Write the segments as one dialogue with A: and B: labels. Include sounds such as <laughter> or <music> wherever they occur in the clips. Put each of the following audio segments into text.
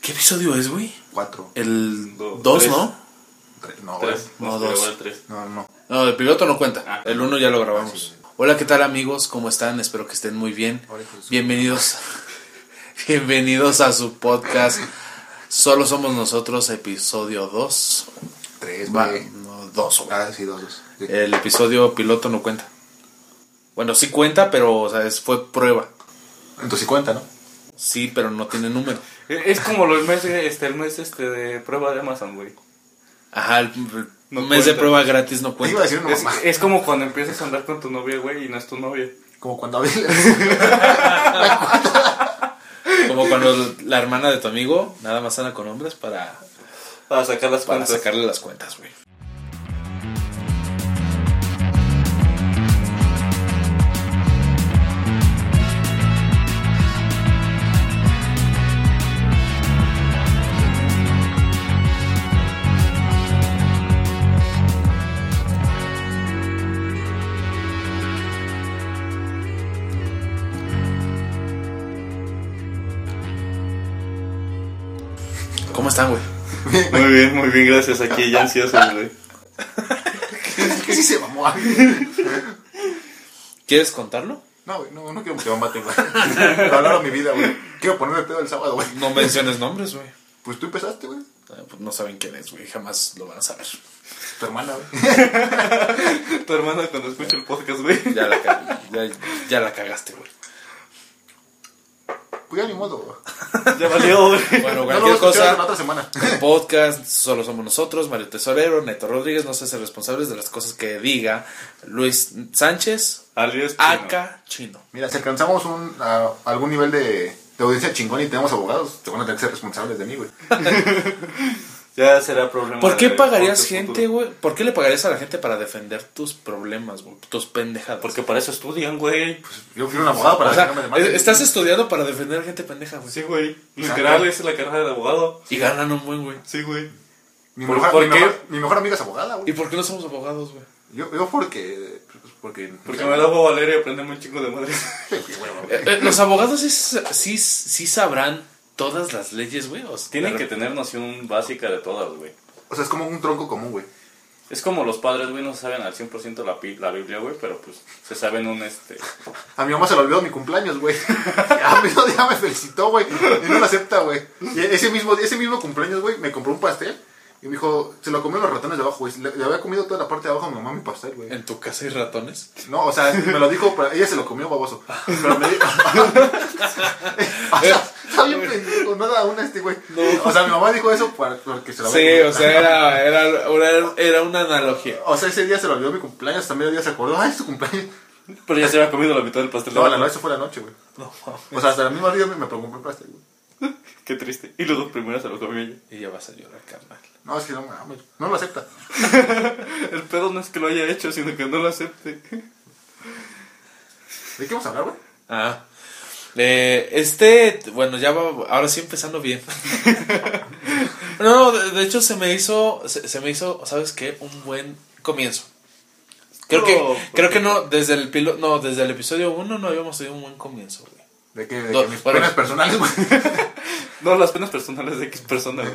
A: ¿Qué episodio es, güey?
B: Cuatro.
A: El
C: Do-
A: 2,
C: tres.
A: ¿no?
B: Tres. No, güey.
C: Tres.
A: No,
C: Pero
A: dos.
C: igual tres.
B: No, no.
A: No, el piloto no
C: Ah.
A: cuenta. El 1 ya lo grabamos.
B: sí.
A: Hola, ¿qué tal amigos? ¿Cómo están? Espero que estén muy bien.
B: Hola, hijos de su-
A: Bienvenidos. <laughs> Bienvenidos a su podcast. Solo somos nosotros, episodio 2.
B: Tres,
A: Va, Eh.
B: güey.
A: no, 2.
B: Ah, sí, dos, dos. Sí.
A: El episodio piloto no cuenta. Bueno, sí cuenta, pero o sea, es- fue prueba.
B: Entonces sí cuenta, ¿no?
A: Sí, pero no tiene número.
C: Eh, Es como los meses, este, el mes este de prueba de Amazon, güey.
A: Ajá, el
C: No
A: mes
C: cuenta.
A: de prueba gratis no
B: Te
A: cuenta.
B: iba a
A: eh.
B: decir una
C: Es,
B: mamá.
C: es como cuando empiezas a andar con tu novia, güey, y no es tu novia.
B: Como cuando abrí.
A: Como cuando la hermana de tu amigo nada más anda con hombres para,
C: Para sacar las
A: para
C: cuentas.
A: sacarle las cuentas, güey. ¿Cómo están, güey?
C: Muy bien, muy bien, gracias. Aquí ya ansioso, güey. <laughs>
B: ¿Qué sí se mamó? ah?
A: ¿Quieres contarlo?
B: No, güey, no, no quiero que me maten, güey. <laughs> Hablaron mi vida, güey. Quiero ponerme pedo el sábado, güey.
A: No menciones nombres, güey.
B: Pues tú empezaste, güey.
A: Ah, pues No saben quién es, güey. Jamás lo van a saber.
B: Tu hermana, güey. <laughs>
C: Tu hermana cuando escucha el podcast, güey. <laughs>
A: Ya la, ca- ya, ya la cagaste, güey.
B: Pues ya ni modo, güey.
C: Ya valió, güey.
A: Bueno,
B: No lo voy a
A: cualquier
B: escuchar
A: cosa.
B: hasta la otra semana.
A: El podcast, solo somos nosotros, Mario Tesorero, Neto Rodríguez, no se hacen responsables de las cosas que diga Luis Sánchez,
C: Alias Chino.
A: acá chino.
B: Mira, si alcanzamos un, a algún nivel de, de audiencia chingón y tenemos abogados, te van a tener que ser responsables de mí, güey.
C: Ya será problema.
A: ¿Por qué
C: de-
A: pagarías
C: de tu
A: gente,
C: futuro.
A: güey? ¿Por qué le pagarías a la gente para defender tus problemas, güey? Tus pendejadas.
C: Porque para eso estudian, güey.
B: Pues, Yo quiero un abogado para
A: o sea,
B: sacarme de mal.
A: es- estás estudiando para defender gente pendeja, güey.
C: Sí, güey. Literal,
B: Exacto.
C: esa es la carrera de abogado.
A: Y ganan un buen, güey.
C: Sí, güey.
B: Mi,
C: ¿Por-
B: mejor,
C: por
B: mi,
C: qué?
B: mejor, mi mejor amiga es abogada,
A: ¿Y
B: güey.
A: por qué no somos abogados, güey?
B: Yo, yo porque... pues, Porque,
C: Porque me daba Valeria y aprendemos un chingo de madre.
B: Sí, güey, güey, güey.
A: Eh, eh, los abogados sí, sí, sí sabrán todas las leyes, güey. O sea,
C: <laughs> Tienen
A: de
C: que
A: repente-
C: tener noción básica de todas, güey.
B: O sea, es como un tronco común, güey.
C: Es como los padres, güey, no saben al 100% la, pi- la Biblia, güey, pero pues se saben un este. <laughs>
B: A mi mamá se le olvidó mi cumpleaños, güey. <laughs> A mí no día me felicitó, güey. Y no lo acepta, güey. Y ese mismo, ese mismo cumpleaños, güey, me compró un pastel. Y me dijo, se lo comió los ratones de abajo, güey. Le, le había comido toda la parte de abajo a mi mamá mi pastel, güey.
A: En tu casa hay ratones.
B: No, o sea, me lo dijo, pero ella se lo comió baboso. Pero me dijo. <laughs> o sea, está bien pendejo, nada aún este, güey. O sea, mi mamá dijo eso para, porque se lo había
A: <laughs> Sí,
B: comido.
A: o sea, era, era, era, era una analogía.
B: O sea, ese día se lo olvidó mi cumpleaños, también el día se acordó, ay, es tu cumpleaños.
C: Pero ya se había comido la mitad del pastel.
B: No,
C: de
B: la
C: abajo.
B: noche, eso fue la noche, güey. O sea, hasta el mismo día me, me preocupé el pastel, güey.
C: Qué triste. Y los dos primeros se lo comió ella.
A: Y ya vas a llorar, carnal.
B: No, es que no mames, no lo acepta.
C: El pedo no es que lo haya hecho, sino que no lo acepte. <laughs>
B: ¿De qué vamos a hablar, güey?
A: Ah. Eh, este, bueno, ya va, ahora sí empezando bien. <laughs> no, de, de hecho se me hizo, se, se me hizo, ¿sabes qué? Un buen comienzo. Creo
C: No,
A: que, creo que no, desde el pilo, no, desde el episodio 1 no habíamos tenido un buen comienzo, güey.
B: De que, de
A: No,
B: que mis
A: bueno.
B: penas personales, güey. <laughs>
C: No, las penas personales de X persona, güey.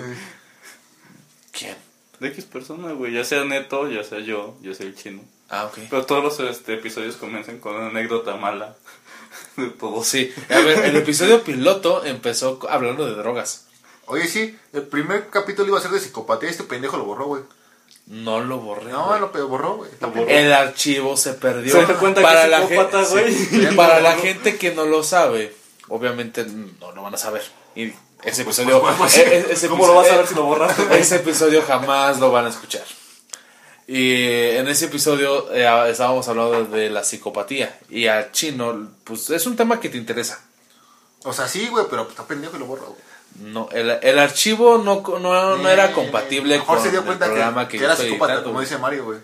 A: ¿Quién?
C: De X persona, güey. Ya sea Neto, ya sea yo, ya sea el chino.
A: Ah, ok.
C: Pero todos los este, episodios comienzan con una anécdota mala. <laughs> De todos.
A: Sí, a ver, el episodio piloto empezó co- hablando de drogas.
B: Oye, sí, el primer capítulo iba a ser de psicopatía y este pendejo lo borró, güey.
A: No lo borré.
B: No,
A: güey.
B: lo pe- borró, güey.
C: Lo borró.
A: El archivo se perdió.
C: Se dio cuenta que es
A: la
C: psicópata,
A: gen-
C: güey.
A: sí. Para la gente que no lo sabe, obviamente no lo van a saber. Y ese
C: Pues,
A: episodio. e- e- ese
C: ¿Cómo lo vas a ver
A: episodio-
C: si lo borras?
A: Ese episodio jamás lo van a escuchar. Y eh, en ese episodio eh, ah, estábamos hablando de la psicopatía. Y a Chino, pues es un tema que te interesa.
B: O sea, sí, güey, pero está pendejo y lo borró, güey.
A: No, el, el archivo no, co- no, no era compatible
B: Mejor
A: con
B: se dio
A: el
B: cuenta que-
A: programa
B: que,
A: que,
B: era
A: yo estoy
B: psicópata,
A: editando,
B: como
A: güey.
B: dice Mario, güey.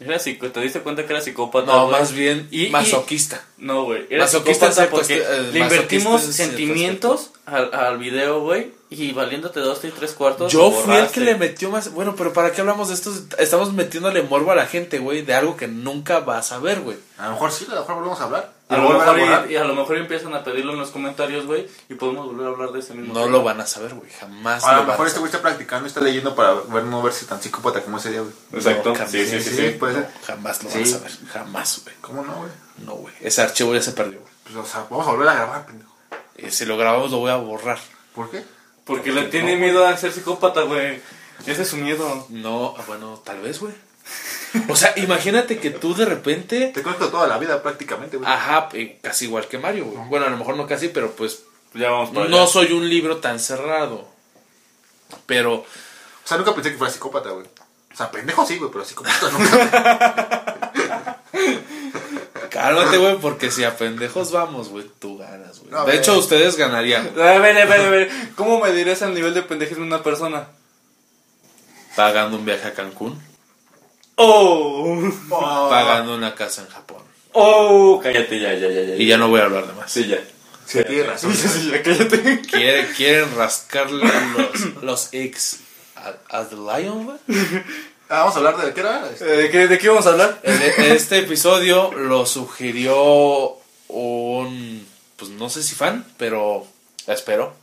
C: Era psico- ¿Te diste cuenta que era psicópata?
A: No,
C: güey?
A: más bien
C: Y- y-
A: masoquista.
C: No, güey. Era
A: Masoquista en
C: psicópata
A: cierto
C: porque
A: este- eh,
C: le invertimos
A: masoquista en cierto
C: sentimientos al, al video, güey. Y valiéndote dos y tres cuartos.
A: Yo
C: lo
A: fui el
C: borraste.
A: que le metió más. Bueno, pero ¿para qué hablamos de esto? Estamos metiéndole morbo a la gente, güey, de algo que nunca vas a ver, güey.
B: A lo mejor sí, a lo mejor volvemos a hablar.
C: A
B: ¿Lo
C: lo,
B: vuelven a
C: mejor
B: borrar?
C: y, y a lo mejor empiezan a pedirlo en los comentarios, güey, y podemos volver a hablar de ese mismo
A: No
C: tema.
A: lo van a saber, güey. Jamás.
B: A lo
A: van
B: mejor este
A: saber.
B: güey está practicando, está leyendo para ver, no verse tan psicópata como ese día, güey.
C: Exacto.
A: No,
C: sí, sí, sí,
B: Sí,
C: sí.
B: puede ser.
A: Jamás lo
B: Sí.
A: van a saber. Jamás, güey.
B: ¿Cómo no, güey?
A: No, güey. Ese archivo ya se perdió. güey.
B: Pues, o sea, vamos a volver a grabar, pendejo.
A: Y si lo grabamos, lo voy a borrar.
B: ¿Por qué?
C: Porque le tiene miedo a ser psicópata, güey. Ese es su miedo.
A: No, ah, bueno, tal vez, güey. O sea, imagínate que tú de repente.
B: Te conozco toda la vida prácticamente, güey.
A: Ajá, eh, casi igual que Mario, güey. Bueno, a lo mejor no casi, pero pues.
C: Ya vamos para
A: No
C: allá.
A: soy un libro tan cerrado. Pero.
B: O sea, nunca pensé que fuera psicópata, güey. O sea, pendejo sí, güey, pero psicópata <laughs> nunca.
A: Cálmate, güey, porque si a pendejos vamos, güey, tú ganas, güey.
B: No,
A: de
B: güey.
A: hecho, ustedes ganarían. güey.
C: <laughs> A ver, a ver, a ver. ¿Cómo me dirás el nivel de pendejismo de una persona?
A: Pagando un viaje a Cancún.
C: ¡Oh!
A: Pagando una casa en Japón.
C: ¡Oh! Cállate ya, ya, ya, ya.
A: Y ya no voy a hablar de más.
C: Sí, ya.
B: Sí, tienes razón.
C: <laughs> Sí, sí, ya, cállate.
A: Quiere- quieren rascarle los, los ex a, a The Lion, güey.
B: Ah, vamos a hablar de qué era. este.
C: Eh, ¿De qué, ¿De qué vamos a hablar?
A: El- Este episodio lo sugirió un, pues no sé si fan, pero espero.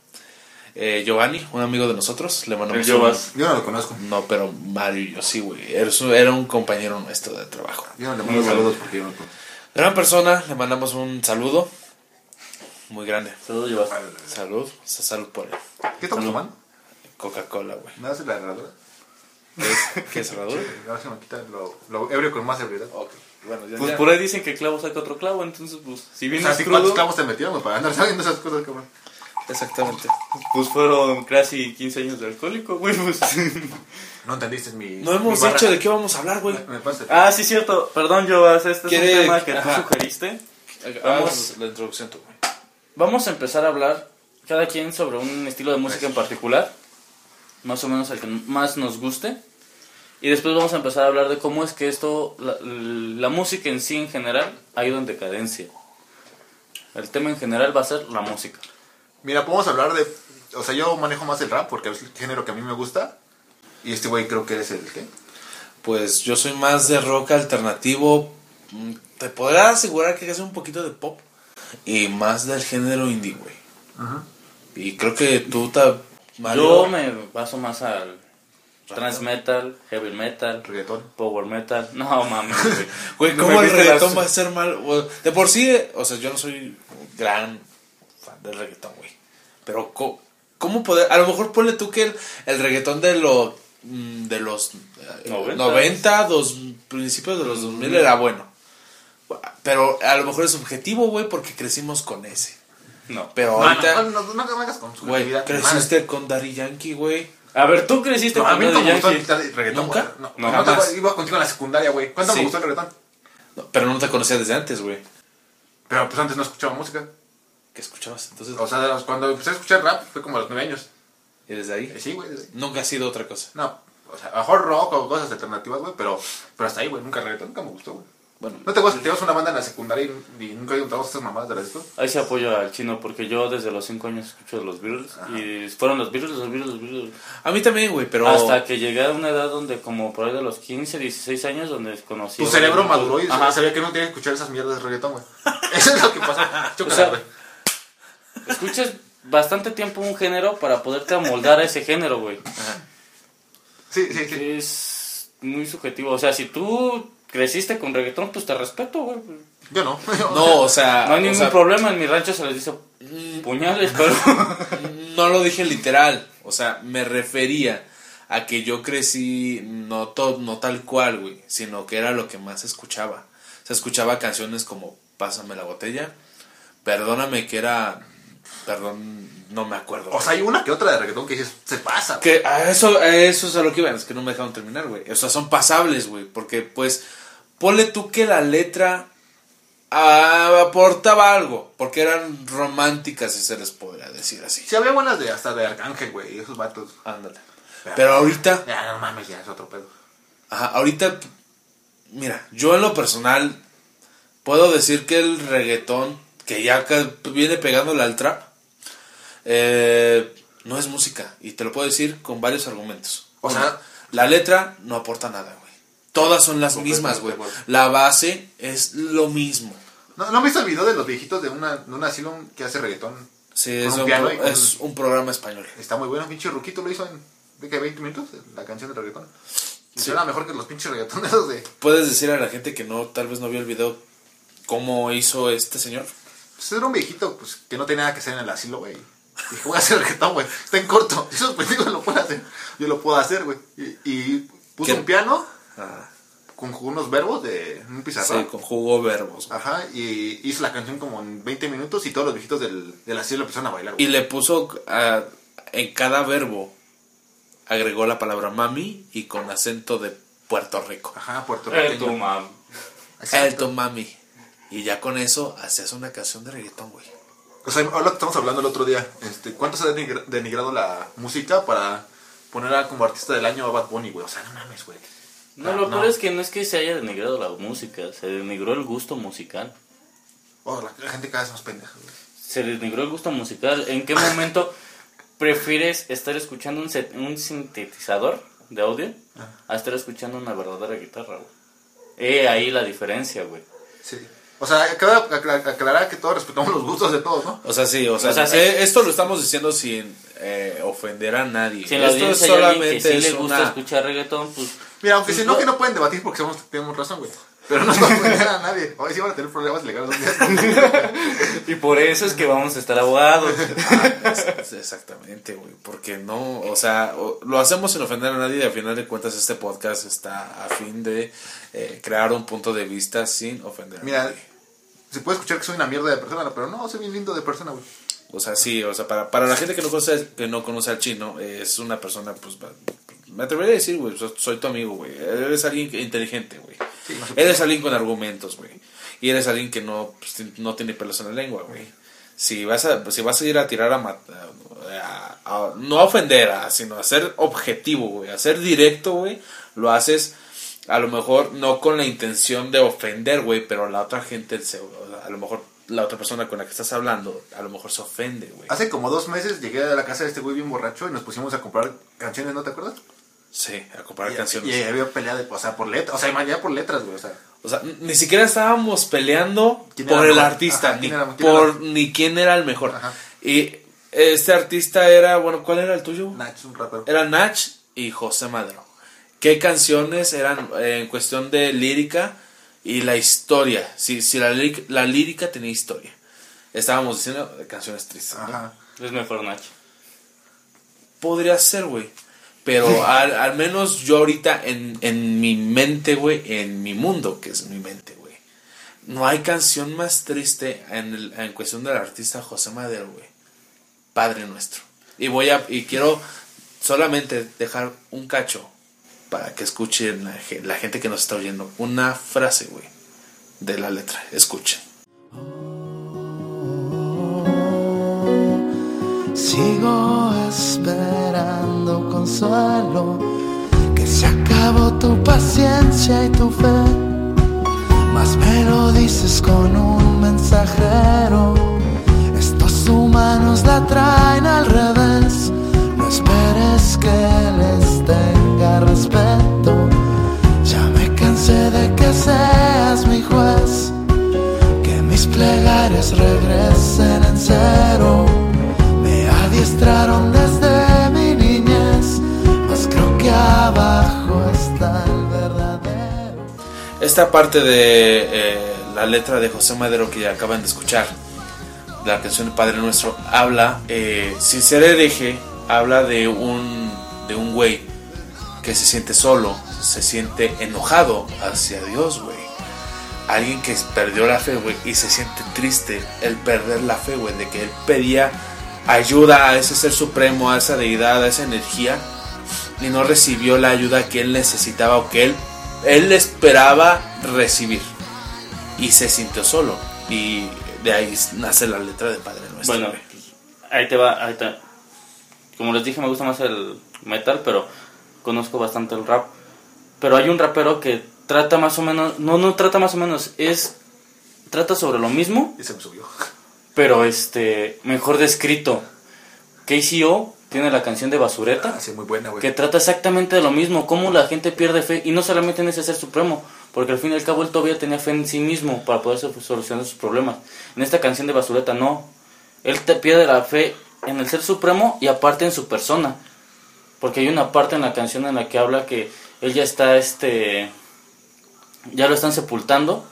A: eh, Giovanni, un amigo de nosotros, le mandamos
C: El Giovas.
B: Yo no lo conozco.
A: un- No, pero Mario y yo sí, güey. Era su- era un compañero nuestro de trabajo.
B: Yo no le
C: Muy
B: mando
C: bueno.
B: saludos porque yo no lo conozco.
A: Gran persona, le mandamos un saludo. Muy grande.
C: Saludos, Giovas.
A: Salud, sa- salud por él.
B: ¿Qué estamos tomando?
A: Coca-Cola, güey.
B: ¿Me das la herradura?
A: ¿Qué es- ¿Qué es herradura?
B: Ahora se me quita lo, lo ebrio con más ebriedad.
A: <laughs> Ok, bueno, ya-
C: Pues
A: ya.
C: por ahí dicen que el clavo saca otro clavo, entonces, pues, si
B: O
C: vienes
B: sea, ¿sí
C: crudo,
B: ¿cuántos clavos te metieron güey, para andar <laughs> sabiendo esas cosas, cabrón?
A: Exactamente.
C: pues fueron casi 15 años de alcohólico, güey,
B: <laughs>
C: pues.
B: No entendiste mi.
A: No hemos
B: mi barra.
A: dicho de qué vamos a hablar, güey.
B: Me, me pasa.
C: ah, sí, cierto. Perdón, Giovas, este es
A: ¿Quiere-
C: un tema que tú
A: Ajá.
C: sugeriste.
A: Vamos la introducción tú, güey.
C: Vamos a empezar a hablar cada quien sobre un estilo de música en particular, más o menos el que más nos guste, y después vamos a empezar a hablar de cómo es que esto, la, la música en sí en general, ha ido en decadencia. El tema en general va a ser la música.
B: Mira, podemos hablar de. O sea, yo manejo más el rap porque es el género que a mí me gusta. Y este güey creo que es el que.
A: Pues yo soy más de rock alternativo. Mm, Te podrá asegurar que hace un poquito de pop. Y más del género indie, güey. Y creo que tú ta-
C: Yo
A: Mario-
C: me baso más al trans metal, heavy metal,
B: Reggaetón.
C: power metal. <laughs> No mames,
B: <laughs>
C: güey.
A: Güey,
C: Me
A: ¿cómo el
C: viste las-
A: reggaetón va a ser mal? O- De por sí, eh, o sea, yo no soy gran fan del reggaetón, güey. Pero, co- ¿cómo poder? A lo mejor ponle tú que el, el reggaetón de, lo, mm, de los eh,
C: Noventas.
A: 90, dos, principios de los 2000 era bueno. Pero a lo mejor es subjetivo, güey, porque crecimos con ese.
C: No.
A: Pero
B: No,
A: ahorita,
B: no, no, no, no, no hagas con su
A: güey,
B: vida.
A: creciste con Daddy Yankee, güey.
C: A ver, tú creciste
B: No, a
C: con
B: mí
C: Daddy
B: nunca me gustó
C: Yankee.
B: el el reggaetón.
A: ¿Nunca?
B: güey. No,
C: No,
B: no, te-
C: jamás.
B: Iba contigo en la secundaria, güey. ¿Cuánto
A: Sí.
B: me gustó el reggaetón?
A: No, pero no te conocía desde antes, güey.
B: Pero pues antes no escuchaba música.
A: ¿Qué escuchabas entonces?
B: O sea, los- cuando empecé a escuchar rap fue como a los nueve años.
A: Y desde
B: Eh,
A: ahí,
B: Sí, güey. desde-
A: nunca ha sido otra cosa.
B: No, o sea, a lo mejor rock o cosas alternativas, güey, pero, pero hasta ahí, güey, nunca reggaetón, nunca me gustó, güey.
A: Bueno,
B: ¿No te acuerdas que tenías una banda en la secundaria y, y nunca preguntamos esas mamadas de reggaetón?
C: Ahí se apoya al chino porque yo desde los 5 años escucho los Beatles y fueron los Beatles, los Beatles, los Beatles.
A: a mí también, güey, pero...
C: Hasta que llegué a una edad donde como por ahí de los 15, 16 años donde conocí...
B: Tu cerebro maduró y
C: Ajá.
B: sabía que no tenía que escuchar esas mierdas de reggaetón, güey. <laughs> Eso es lo que pasa. Chócala,
C: O sea,
B: güey.
C: Escuchas bastante tiempo un género para poderte amoldar a ese género, güey.
B: sí, sí, sí.
C: Es muy subjetivo. O sea, si tú creciste con reggaetón, pues te respeto, güey.
B: Yo no. <laughs>
A: No, o sea,
C: No hay
A: o
C: ningún
A: sea,
C: problema. En mi rancho se les dice <laughs> puñales, pero...
A: no lo dije literal, o sea, me refería a que yo crecí no, to- no tal cual, güey, sino que era lo que más escuchaba. O sea, escuchaba canciones como Pásame la botella, Perdóname que era, perdón, no me acuerdo.
B: O sea, hay una que otra de reggaetón que dices, se pasa. güey.
A: que a eso, a eso es a lo que iban, es que no me dejaron terminar, güey. O sea, son pasables, güey, porque pues ponle tú que la letra ah, aportaba algo, porque eran románticas, si se les podría decir así.
B: Sí, había buenas de hasta de Arcángel, güey, y esos vatos.
A: Ándale. Pero ahorita,
B: Ya, no mames, ya es otro pedo.
A: ajá, ahorita, mira, yo en lo personal puedo decir que el reggaetón, que ya ca- viene pegándole al trap, eh, no es música. Y te lo puedo decir con varios argumentos.
B: O
A: Uno,
B: sea-
A: la letra no aporta nada, güey. Todas son las mismas, güey. La base es lo mismo.
B: ¿No, ¿No viste el video de los viejitos de, una, de un asilo que hace reggaetón?
A: Sí,
B: Con
A: es
B: un
A: un,
B: piano
A: pro-
B: y con-
A: es un programa español.
B: Está muy bueno, pinche Ruquito lo hizo en de que 20 minutos, la canción de reggaetón. Y suena mejor que los pinches reggaetoneros de.
A: ¿Puedes decir a la gente que no, tal vez no vio el video, cómo hizo este señor?
B: Pues era un viejito pues, que no tenía nada que hacer en el asilo, güey. Dije, voy a hacer reggaetón, güey. Está en corto. <laughs> Esos pendejos lo pueden hacer. Yo lo puedo hacer, güey. Y, y puso
A: ¿Qué?
B: un piano, conjugó unos verbos de un pizarrón.
A: Sí, conjugó verbos. güey.
B: Ajá, y hizo la canción como en 20 minutos y todos los viejitos del, del asilo empezaron a bailar. güey.
A: Y le puso a- en cada verbo, agregó la palabra mami y con acento de Puerto Rico.
B: Ajá, Puerto
C: Eh,
B: Rico.
C: tu mam.
B: Exacto.
A: Alto mami. Y ya con eso hacías una canción de reggaetón, güey.
B: O sea, ahora que estamos hablando el otro día, este, ¿cuánto se ha denigra- denigrado la música para poner a, como artista del año a Bad Bunny, güey? O sea, no mames, güey.
C: No,
B: Ah,
C: lo
B: no.
C: peor es que no es que se haya denigrado la música, se denigró el gusto musical.
B: Oh, la, la gente cada vez más pendeja, güey.
C: Se denigró el gusto musical. ¿En qué momento prefieres estar escuchando un, set- un sintetizador de audio a estar escuchando una verdadera guitarra, güey? Eh, ahí la diferencia, güey.
B: Sí. O sea, aclara- acla- aclarar que todos respetamos los gustos de todos, ¿no?
A: O sea, sí, o sea,
C: O sea,
A: eh,
C: sí.
A: esto lo estamos diciendo sin eh, ofender a nadie.
C: Si en la
A: esto
C: audiencia hay alguien que sí
A: es
C: le gusta
A: una-
C: escuchar reggaetón, pues...
B: Mira, aunque
C: pues
B: si no,
C: no.
B: que no pueden debatir porque somos, tenemos razón, güey. <laughs> Pero no nos ofender a nadie. Hoy sí van a tener problemas legales un <laughs> día.
C: Y por eso es que vamos a estar abogados.
A: Ah, Es- Exactamente, güey. Porque no, o sea, o- lo hacemos sin ofender a nadie y al final de cuentas este podcast está a fin de eh, crear un punto de vista sin ofender a
B: Mira,
A: nadie.
B: se puede escuchar que soy una mierda de persona, pero no, soy bien lindo de persona, güey.
A: O sea, sí, o sea, para, para la gente que no conoce, que no conoce al chino, eh, es una persona, pues, va- me atrevería a decir, güey, so- soy tu amigo, güey. Eres alguien que- inteligente, güey. Eres alguien con argumentos, güey. Y eres alguien que no, pues, ti- no tiene pelos en la lengua, güey. Si vas a, si vas a ir a tirar a, mat- a- a- no a ofender, a- sino a ser objetivo, güey, a ser directo, güey, lo haces a lo mejor no con la intención de ofender, güey, pero la otra gente, se, o sea, a lo mejor la otra persona con la que estás hablando, a lo mejor se ofende, güey.
B: Hace como dos meses llegué a la casa de este güey bien borracho y nos pusimos a comprar canciones, ¿no te acuerdas?
A: Sí, a comparar
B: Y-
A: canciones.
B: Y había pelea de, o sea, por letras, o sea, ya por letras, güey, o sea.
A: O sea, n- ni siquiera estábamos peleando
B: ¿Quién
A: por
B: era
A: el
B: mejor?
A: artista,
B: Ajá,
A: ni,
B: ¿quién era- quién
A: por,
B: era?
A: ni quién era el mejor.
B: Ajá.
A: Y este artista era, bueno, ¿cuál era el tuyo?
B: Nach, un rapero.
A: Era Nach y José Madero. ¿Qué canciones eran eh, en cuestión de lírica y la historia? Si, si la, lírica, la lírica tenía historia. Estábamos diciendo eh, canciones tristes. ¿no?
B: Ajá.
C: es mejor Nacho.
A: Podría ser, güey. Pero al, al menos yo ahorita en, en mi mente, güey, en mi mundo, que es mi mente, güey. No hay canción más triste en, el- en cuestión del artista José Madero, güey. Padre nuestro. Y voy a, y quiero solamente dejar un cacho para que escuchen la, ge- la gente que nos está oyendo. Una frase, güey, de la letra. Escuchen.
D: Sigo esperando consuelo, que se acabó tu paciencia y tu fe. Mas me lo dices con un mensajero. Estos humanos la traen al revés. No esperes que les tenga respeto. Ya me cansé de que seas mi juez. Que mis plegarias regresen en cero. Me adiestraron desde mi niñez, mas creo que abajo está el verdadero.
A: Esta parte de eh, la letra de José Madero que ya acaban de escuchar, la canción Padre Nuestro, habla, eh, sin ser hereje, habla de un, de un güey que se siente solo, se siente enojado hacia Dios, güey. Alguien que perdió la fe, güey, y se siente triste el perder la fe, güey, de que él pedía ayuda a ese ser supremo, a esa deidad, a esa energía, y no recibió la ayuda que él necesitaba o que él, él esperaba recibir. Y se sintió solo. Y de ahí nace la letra de Padre Nuestro.
C: Bueno,
A: güey.
C: pues, ahí te va, ahí te- Como les dije, me gusta más el metal, pero conozco bastante el rap. Pero hay un rapero que trata más o menos, no, no trata más o menos, es trata sobre lo mismo,
B: Y se me <laughs> subió.
C: pero este mejor descrito. KCO tiene la canción de Basureta
B: Así Ah, muy buena, güey.
C: que trata exactamente de lo mismo, cómo la gente pierde fe y no solamente en ese ser supremo, Porque al fin y al cabo él todavía tenía fe en sí mismo para poder sol- solucionar sus problemas. En esta canción de Basureta no. Él te pierde la fe en el Ser Supremo y aparte en su persona. Porque hay una parte en la canción en la que habla que él ya está, este, ya lo están sepultando.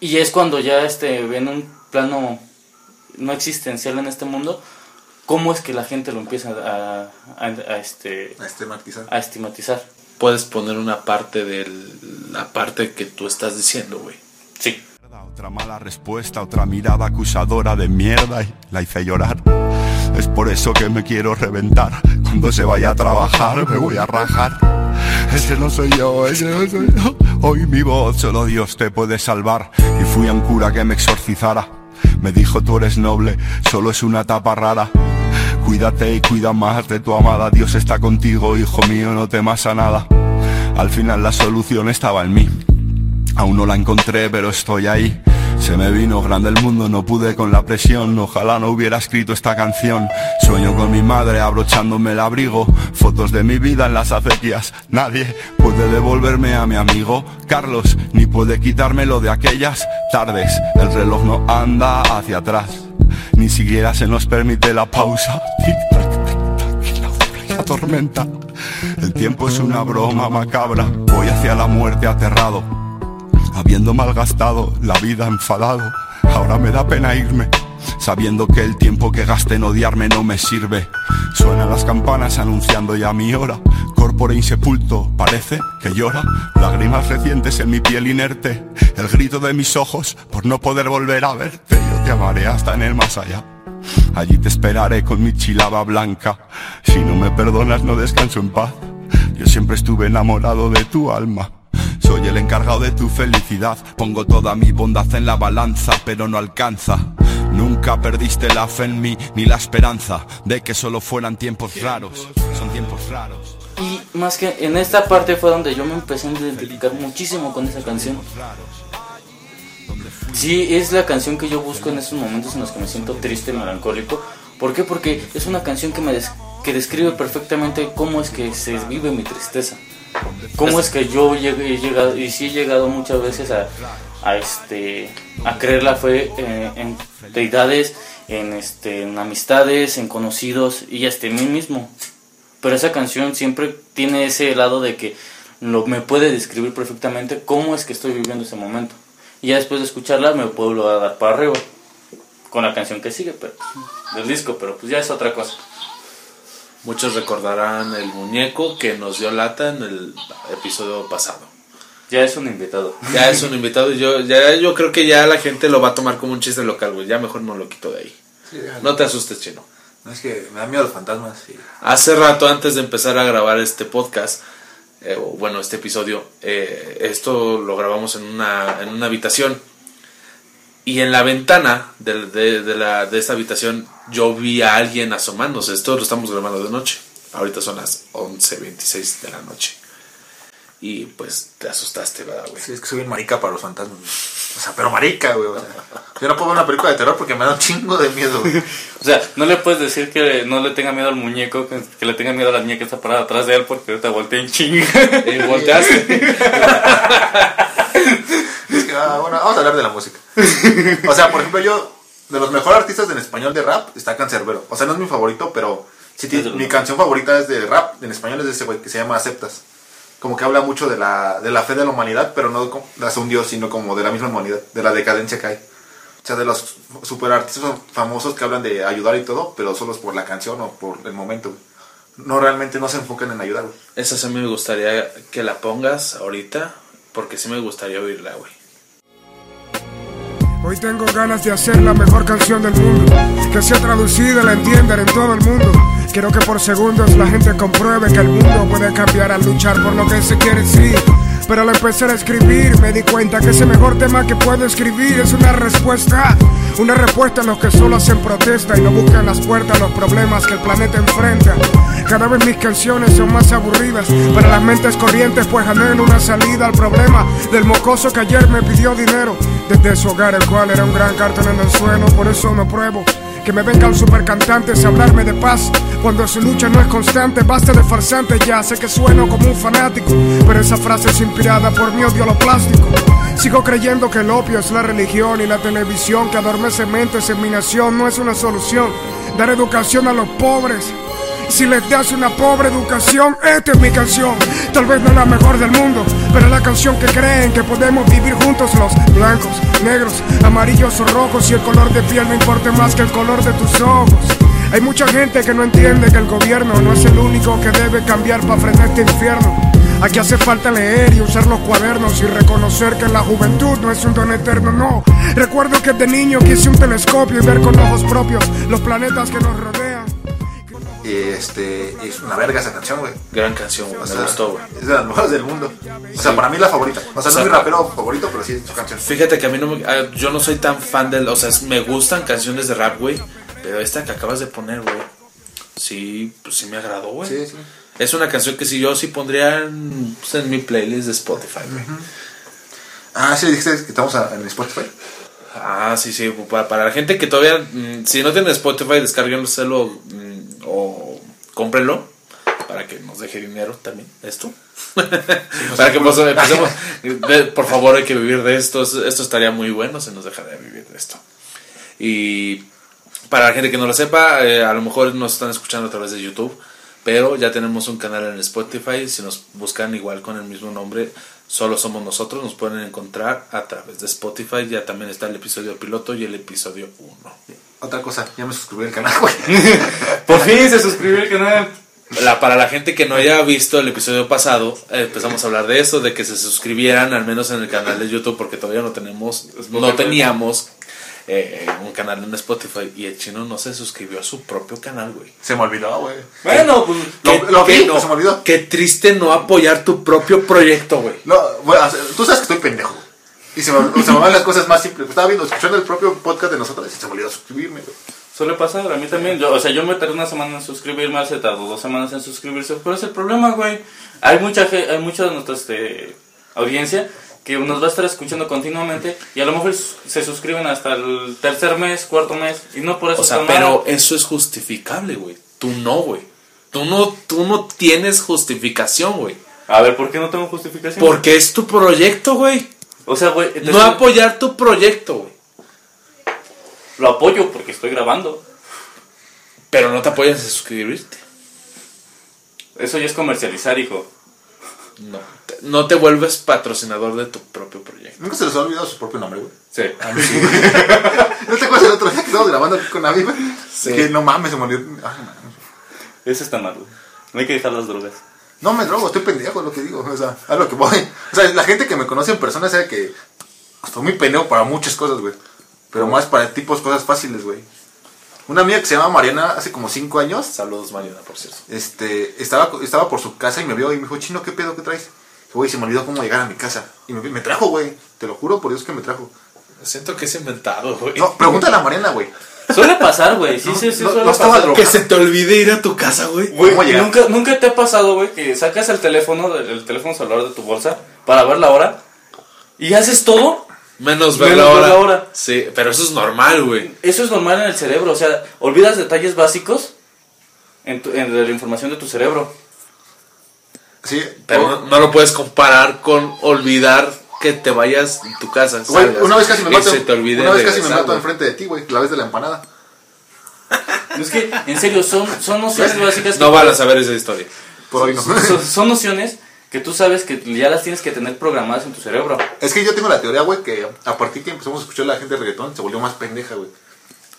C: Y es cuando ya, este, ven un plano no existencial en este mundo. ¿Cómo es que la gente lo empieza a, a- a, este,
B: A este Martizán.
C: a estigmatizar?
A: Puedes poner una parte de la parte que tú estás diciendo, güey.
C: Sí.
E: Otra mala respuesta, otra mirada acusadora de mierda y la hice llorar. Es por eso que me quiero reventar. Cuando se vaya a trabajar me voy a rajar. Ese no soy yo, ese no soy yo. Hoy mi voz, solo Dios te puede salvar. Y fui a un cura que me exorcizara. Me dijo tú eres noble, solo es una tapa rara. Cuídate y cuida más de tu amada. Dios está contigo, hijo mío, no temas a nada. Al final la solución estaba en mí. Aún no la encontré, pero estoy ahí. Se me vino grande el mundo, no pude con la presión. Ojalá no hubiera escrito esta canción. Sueño con mi madre abrochándome el abrigo. Fotos de mi vida en las acequias. Nadie puede devolverme a mi amigo Carlos, ni puede quitármelo de aquellas tardes. El reloj no anda hacia atrás, ni siquiera se nos permite la pausa. Tic-tac, tic-tac, y la la tormenta. El tiempo es una broma macabra. Voy hacia la muerte aterrado. Habiendo malgastado la vida enfadado, ahora me da pena irme, sabiendo que el tiempo que gaste en odiarme no me sirve. Suenan las campanas anunciando ya mi hora, corpore insepulto, parece que llora, lágrimas recientes en mi piel inerte, el grito de mis ojos por no poder volver a verte, yo te amaré hasta en el más allá. Allí te esperaré con mi chilaba blanca, si no me perdonas no descanso en paz, yo siempre estuve enamorado de tu alma. Soy el encargado de tu felicidad, pongo toda mi bondad en la balanza, pero no alcanza. Nunca perdiste la fe en mí ni la esperanza de que solo fueran tiempos raros. Son tiempos raros.
C: Y más que en esta parte fue donde yo me empecé a identificar muchísimo con esa canción. Sí, es la canción que yo busco en esos momentos en los que me siento triste, melancólico. ¿Por qué? Porque es una canción que me des- que describe perfectamente cómo es que se vive mi tristeza. Cómo es que yo lleg- he llegado, y sí he llegado muchas veces a, a, este, a creer la fe eh, en deidades, en, este, en amistades, en conocidos y hasta en mí mismo. Pero esa canción siempre tiene ese lado de que lo, me puede describir perfectamente cómo es que estoy viviendo ese momento. Y ya después de escucharla me puedo lo dar para arriba. Con la canción que sigue, pero del disco, pero pues ya es otra cosa.
A: Muchos recordarán el muñeco que nos dio lata en el episodio pasado.
C: Ya es un invitado.
A: Ya es un invitado y yo, ya, yo creo que ya la gente lo va a tomar como un chiste local, güey. Ya mejor no lo quito de ahí.
B: Sí, déjalo.
A: No te asustes, chino.
B: No, es que me da miedo los fantasmas. y-
A: Hace rato, antes de empezar a grabar este podcast, eh, o bueno, este episodio, eh, esto lo grabamos en una, en una habitación. Y en la ventana de, de- de la, de esta habitación yo vi a alguien asomándose. Esto lo estamos grabando de noche. Ahorita son las 11.26 de la noche. Y pues te asustaste, ¿verdad, güey?
B: Sí, es que soy bien marica para los fantasmas. güey. O sea, pero marica, güey. o sea, yo no puedo ver una película de terror porque me da un chingo de miedo, güey.
C: O sea, no le puedes decir que no le tenga miedo al muñeco, que, que le tenga miedo a la niña que está parada atrás de él porque te voltea en chinga.
A: Y
C: <laughs>
A: volteaste.
B: Es que, ah, bueno, vamos a hablar de la música. O sea, por ejemplo, yo, de los mejores artistas en español de rap, está Cancerbero. O sea, no es mi favorito, pero sí tiene-
C: Es de los
B: mi
C: mejores.
B: canción favorita es de rap en español, es de ese güey que se llama Aceptas. Como que habla mucho de la, de la fe de la humanidad, pero no como- de hacia un dios, sino como de la misma humanidad, de la decadencia que hay. O sea, de los superartistas famosos que hablan de ayudar y todo, pero solo es por la canción o por el momento. güey. No realmente no se enfocan en ayudar, güey.
A: Esa sí me gustaría que la pongas ahorita, porque sí me gustaría oírla, güey.
F: Hoy tengo ganas de hacer la mejor canción del mundo, que sea traducida, la entiendan en todo el mundo. Quiero que por segundos la gente compruebe que el mundo puede cambiar al luchar por lo que se quiere sí. Pero al empezar a escribir me di cuenta que ese mejor tema que puedo escribir es una respuesta. Una respuesta a los que solo hacen protesta y no buscan las puertas a los problemas que el planeta enfrenta. Cada vez mis canciones son más aburridas para las mentes corrientes, pues anhelo una salida al problema del mocoso que ayer me pidió dinero desde su hogar, el cual era un gran cartón en el suelo. Por eso no pruebo Que me vengan supercantantes a hablarme de paz. Cuando su lucha no es constante, basta de farsante. Ya sé que sueno como un fanático, pero esa frase es inspirada por mi odio a lo plástico. Sigo creyendo que el opio es la religión y la televisión que adormece mentes en mi nación no es una solución. Dar educación a los pobres. Si les das una pobre educación, esta es mi canción. Tal vez no es la mejor del mundo, pero es la canción que creen que podemos vivir juntos los blancos, negros, amarillos o rojos. Y el color de piel no importa más que el color de tus ojos. Hay mucha gente que no entiende que el gobierno no es el único que debe cambiar para frenar este infierno. Aquí hace falta leer y usar los cuadernos y reconocer que la juventud no es un don eterno, no. Recuerdo que de niño quise un telescopio y ver con ojos propios los planetas que nos rodean.
B: Este, es una verga esa canción, güey.
A: Gran canción, güey.
B: O
A: Me
B: sea,
A: gustó, güey.
B: Es de las mejores del mundo. O sea, para mí la favorita. O sea, no
A: sea,
B: es mi rapero favorito, pero sí es su canción.
A: Fíjate que a mí no me, ah, yo no soy tan fan del, o sea, es- me gustan canciones de rap, güey, pero esta que acabas de poner, güey, sí, pues sí me agradó, güey.
B: Sí, sí.
A: Es una canción que sí yo sí pondría en, pues, en mi playlist de Spotify, güey.
B: Ah, sí, dijiste que estamos a- en Spotify.
A: Ah, sí, sí, para, para la gente que todavía, mm, si no tiene Spotify, descárguenselo mm, o cómprenlo para que nos deje dinero también, esto. <laughs> para que pues, empecemos, de- por favor, hay que vivir de esto, es- esto estaría muy bueno, se nos dejaría vivir de esto. Y para la gente que no lo sepa, eh, a lo mejor nos están escuchando a través de YouTube, pero ya tenemos un canal en Spotify, si nos buscan igual con el mismo nombre, solo somos nosotros, nos pueden encontrar a través de Spotify, ya también está el episodio piloto y el episodio 1.
B: Otra cosa, ya me suscribí al canal,
A: <laughs>
B: güey.
C: Por fin se suscribió el canal.
A: La, para la gente que no haya visto el episodio pasado, eh, empezamos a hablar de eso, de que se suscribieran al menos en el canal de YouTube, porque todavía no tenemos, no teníamos eh, un canal en Spotify y el chino no se suscribió a su propio canal, güey.
B: Se me olvidó, güey.
C: Bueno, pues.
B: Lo-
A: Qué-
B: lo
A: qué
B: vi, se me olvidó.
A: Qué triste no apoyar tu propio proyecto, güey.
B: No, bueno, o sea, tú sabes que estoy pendejo. Y se me, se me van las cosas más simples. Estaba viendo, escuchando el propio podcast de nosotros y se me olvidó suscribirme, güey.
C: Suele pasar, a mí también. Yo, o sea, yo me tardé una semana en suscribirme, hace tardó dos semanas en suscribirse. Pero es el problema, güey. Hay mucha, ge- hay mucha de nuestra este, audiencia que nos va a estar escuchando continuamente y a lo mejor s- se suscriben hasta el tercer mes, cuarto mes y no por eso
A: O sea,
C: está mal.
A: pero eso es justificable, güey. Tú no, güey. Tú no, tú no tienes justificación, güey.
C: A ver, ¿por qué no tengo justificación?
A: Porque es tu proyecto, güey.
C: O sea, güey, te-
A: No apoyar tu proyecto, güey.
C: lo apoyo porque estoy grabando.
A: Pero no te apoyas a suscribirte.
C: Eso ya es comercializar, hijo.
A: No. Te- No te vuelves patrocinador de tu propio proyecto.
B: Nunca se les ha olvidado su propio nombre, güey.
A: Sí.
B: ¿No te acuerdas el otro día que estábamos grabando aquí con Avi, güey? Que no mames, se me olvidó. Ah, Ay, man.
C: Eso está mal, güey. No hay que dejar las drogas.
B: No me drogo, estoy pendejo, es lo que digo. O sea, a lo que voy. O sea, la gente que me conoce en persona sabe que estoy muy pendejo para muchas cosas, güey. Pero más para tipos cosas fáciles, güey. Una amiga que se llama Mariana hace como 5 años
A: <laughs> Saludos, Mariana, por cierto.
B: este, estaba, estaba por su casa y me vio y me dijo, chino, ¿qué pedo que traes? Güey, se me olvidó cómo llegar a mi casa. Y me, me trajo, güey. Te lo juro por Dios que me trajo.
A: Siento que es inventado, güey.
B: No, pregúntale a Mariana, güey.
C: Suele pasar, güey. Sí, sí, sí,
B: no-
C: suele
B: no estaba
C: pasar.
B: drogado.
A: que se te olvide ir a tu casa, güey.
B: Güey, ¿Cómo
C: Güey,
B: llegar?
C: ¿nunca, nunca te ha pasado, güey, que sacas el teléfono, el, el teléfono celular de tu bolsa para ver la hora y haces todo.
A: Menos ver
C: Menos
A: la
C: ver
A: hora.
C: la hora.
A: Sí, pero eso es normal, güey.
C: Eso es normal en el cerebro, o sea, olvidas detalles básicos en, tu- en la información de tu cerebro.
B: Sí,
A: Pero
B: güey,
A: no, no lo puedes comparar con olvidar que te vayas de tu casa.
B: güey,
A: salgas,
B: una vez casi me
A: y
B: mato.
A: se te olvide
B: Una vez casi me
A: regresar,
B: mato
A: güey.
B: enfrente de ti, güey. La vez de la empanada.
C: Es que, en serio, son,
B: <laughs>
C: son nociones básicas.
A: No
C: que-
A: van a saber esa historia.
B: Por hoy no.
C: son, son nociones que tú sabes que ya las tienes que tener programadas en tu cerebro.
B: Es que yo tengo la teoría, güey, que a partir que empezamos a escuchar a la gente de reggaetón, se volvió más pendeja, güey.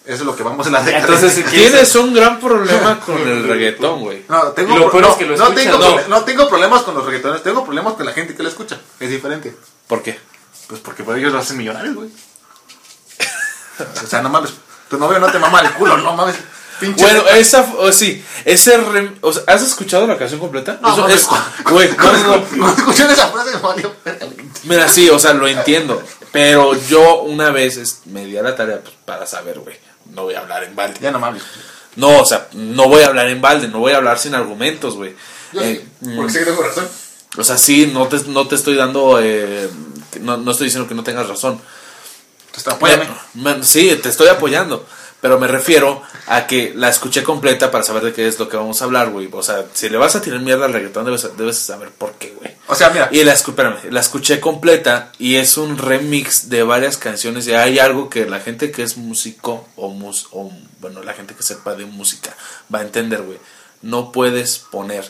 B: Eso es lo que vamos en la década.
C: Entonces,
B: <laughs>
C: si quieres-
A: Tienes un gran problema con el reggaetón, güey.
B: No, tengo,
C: Y lo
B: pro-
C: peor
B: no,
C: es que lo
B: no
C: escuchan,
B: tengo
C: no.
B: prole- no tengo problemas con los reggaetones, tengo problemas con la gente que lo escucha. Es diferente.
A: ¿Por qué?
B: Pues porque para ellos lo hacen millonarios, güey. <laughs> o sea, no mames. Tu novio no te mama el culo, no mames. Pinche.
A: Bueno, eh, esa, f- o sí, ese, rem- o sea, ¿has escuchado la canción completa?
B: No,
A: Eso
B: mames.
A: pues, es, <laughs> güey,
B: <laughs>
A: no, no,
B: Cuando escuché esa frase me valió. verga.
A: Mira, sí, o sea, lo entiendo. Pero yo una vez es- me di a la tarea pues, para saber, güey. No voy a hablar en balde.
B: Ya no mames.
A: No, o sea, no voy a hablar en balde, no voy a hablar sin argumentos, güey.
B: Yo
A: Eh,
B: sí, porque sé que tengo razón.
A: O sea, sí, no te, no te estoy dando. eh, no, no estoy diciendo que no tengas razón.
B: Entonces, apóyame.
A: Me- me- sí, te estoy apoyando. Pero me refiero a que la escuché completa para saber de qué es lo que vamos a hablar, güey. O sea, si le vas a tirar mierda al reggaetón, debes, debes saber por qué, güey.
B: O sea, mira.
A: Y la, escu- espérame, la escuché completa y es un remix de varias canciones. Y hay algo que la gente que es músico o, mus, o bueno, la gente que sepa de música va a entender, güey. No puedes poner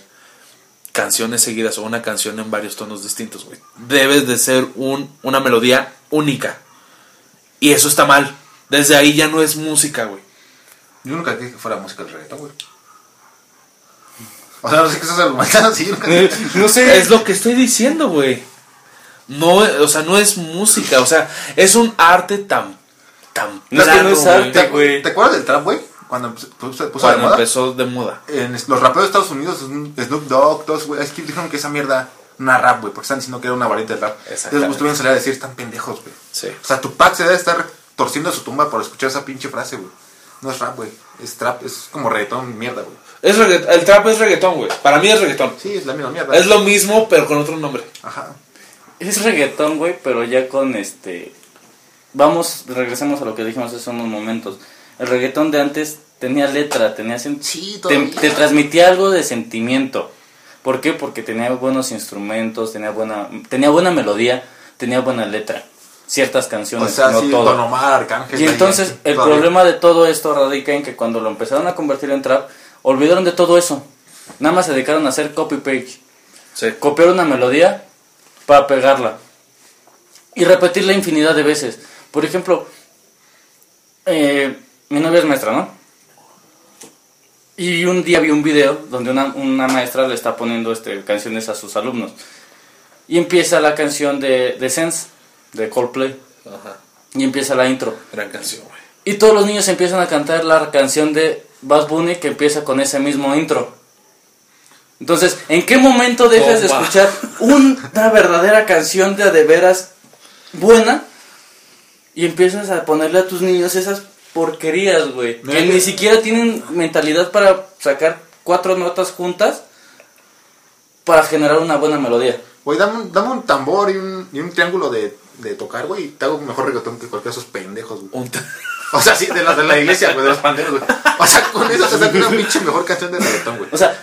A: canciones seguidas o una canción en varios tonos distintos, güey. Debes de ser un, una melodía única. Y eso está mal. Desde ahí ya no es música, güey.
B: Yo nunca dije que fuera música del reggaetón, güey. O sea, no sé qué estás argumentando, sí, yo nunca dije. <laughs>
A: <laughs>
C: No sé.
A: Es lo que estoy diciendo, güey. No, o sea, no es música, o sea, es un arte tan tan
C: No es que no es
A: güey.
C: arte,
B: ¿Te,
C: güey.
B: te acuerdas del trap, güey? Cuando se puso, puso de
A: Cuando
B: moda.
A: empezó de moda.
B: En es- los raperos de Estados Unidos, Snoop Snoop Dogg, todos, güey. Es que dijeron que esa mierda no era rap, güey. Porque están diciendo que era una varita de rap. Entonces,
A: Exactamente.
B: pues tuvieron que salir a decir, están pendejos, güey.
A: Sí.
B: O sea, Tupac se debe estar torciendo su tumba por escuchar esa pinche frase, güey. No es rap, güey. Es trap, es como reggaetón, mierda, güey.
A: Es regga- el trap es reggaetón, güey. Para mí es reggaetón.
B: Sí, es la misma mierda.
A: Es lo mismo, pero con otro nombre.
B: Ajá.
C: Es reggaetón, güey, pero ya con este. Vamos, regresemos a lo que dijimos hace unos momentos. El reggaetón de antes tenía letra, tenía sen-
B: Sí,
C: te,
B: todavía.
C: te transmitía algo de sentimiento. ¿Por qué? Porque tenía buenos instrumentos, tenía buena, tenía buena melodía, tenía buena letra. Ciertas
B: O
C: canciones,
B: sea,
C: no
B: sí,
C: todo.
B: Don Omar, Arcángel.
C: Y
B: ahí,
C: entonces el
B: todavía.
C: problema de todo esto radica en que cuando lo empezaron a convertir en trap, olvidaron de todo eso. Nada más se dedicaron a hacer copy-paste.
A: Sí.
C: Copiar una melodía para pegarla. Y repetirla infinidad de veces. Por ejemplo, eh, mi novia es maestra, ¿no? Y un día vi un video donde una, una maestra le está poniendo este, canciones a sus alumnos. Y empieza la canción de, de Sense, de Coldplay.
A: Ajá.
C: Y empieza la intro.
A: Gran canción, güey.
C: Y todos los niños empiezan a cantar la canción de Bad Bunny que empieza con ese mismo intro. Entonces, ¿en qué momento dejas de
A: Toma.
C: escuchar una verdadera canción de a de veras buena y empiezas a ponerle a tus niños esas porquerías, güey? Que
B: Neta.
C: ni siquiera tienen mentalidad para sacar cuatro notas juntas para generar una buena melodía.
B: Güey, dame un, dame un tambor y un, y un triángulo de, de tocar, güey. Y te hago mejor reggaetón que cualquiera de esos pendejos, güey.
A: Un t-
B: O sea, sí, de las de la iglesia, güey, de los panderos, güey. O sea, con eso te saco una pinche mejor canción de reggaetón, güey.
C: O sea,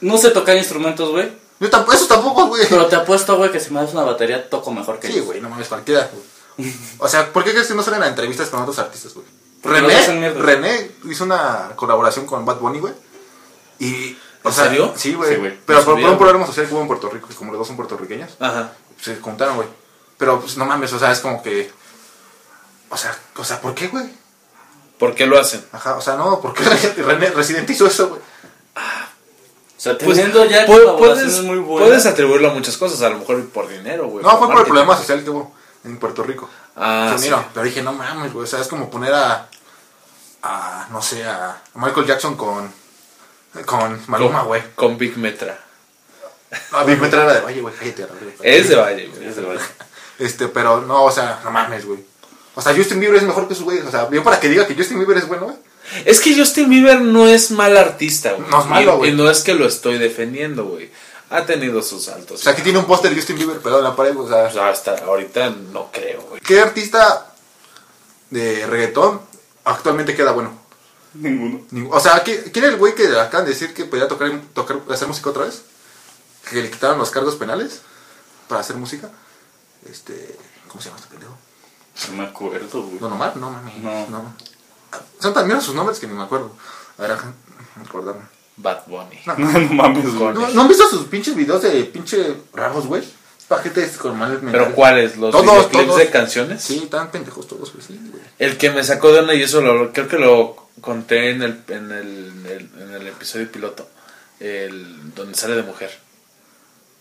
C: no sé tocar instrumentos, güey,
B: Yo tampoco, eso tampoco, güey.
C: pero te apuesto, güey, que si me das una batería toco mejor que
B: Sí,
C: ellos.
B: güey, no mames, cualquiera, güey. O sea, ¿por qué crees que no salen a entrevistas con otros artistas, güey?
C: Porque los
B: René,
C: hacen mierda.
B: René hizo una colaboración con Bad Bunny, güey. Y. O
A: ¿En
B: sea,
A: serio?
B: Sí,
C: Sí,
B: güey.
C: güey.
B: Pero
A: No
B: por, por
A: sabía,
B: un problema social que hubo en Puerto Rico, y como los dos son puertorriqueños,
A: Ajá.
B: se juntaron, güey. Pero pues no mames, o sea, es como que. O sea, o sea, ¿por qué, güey?
A: ¿Por qué lo hacen?
B: Ajá, o sea, no, ¿por
A: <laughs>
B: qué René Residente hizo eso, güey?
C: O sea, teniendo ya
A: Pues, Pu-
C: colaboraciones
A: puedes,
C: muy buenas.
A: puedes atribuirlo a muchas cosas, a lo mejor por dinero, güey.
B: No, fue por el
A: marketing.
B: problema social que hubo en Puerto Rico.
A: Ah,
B: Se
A: sí.
B: unieron, Pero dije, no mames, güey. O sea, es como poner a. a no sé, a Michael Jackson con. con Maluma, güey.
A: Con Big Metra.
B: No, a mí me trae la de Valle, güey. Cállate, la verga.
A: Es de Valle, güey.
B: Este, pero no, o sea, no mames, güey. O sea, Justin Bieber es mejor que su güey. O sea, yo para que diga que Justin Bieber es bueno, güey.
A: Es que Justin Bieber no es mal artista, güey.
B: No es malo,
A: Y-
B: güey.
A: Y no es que lo estoy defendiendo, güey. Ha tenido sus altos.
B: O sea, aquí tiene un póster de Justin Bieber pegado en la pared, güey, o sea.
A: O sea, hasta ahorita no creo, güey.
B: ¿Qué artista de reggaetón actualmente queda bueno?
C: Ninguno.
B: Ningú- O sea, ¿qui- ¿quién es el güey que le acaban de decir que podía tocar, tocar, hacer música otra vez? Que le quitaron los cargos penales para hacer música. Este, ¿cómo se llama este pendejo?
C: No me acuerdo, güey.
B: Don Omar, no mami.
C: No.
B: Son tan mierda sus nombres que ni me acuerdo. A ver, ajá, recordarme.
A: Bad Bunny.
C: No, mames, güey.
B: ¿No, no han visto sus pinches videos de pinche raros, güey? Pa' gente con males mentales.
A: ¿Pero cuáles? ¿Los
B: Todos,
A: videoclips
B: todos.
A: de canciones?
B: Sí, están pendejos todos, güey. Sí, güey.
A: El que me sacó de onda, y eso lo, creo que lo conté en el, en el, en el- en el episodio piloto, el, donde sale de mujer.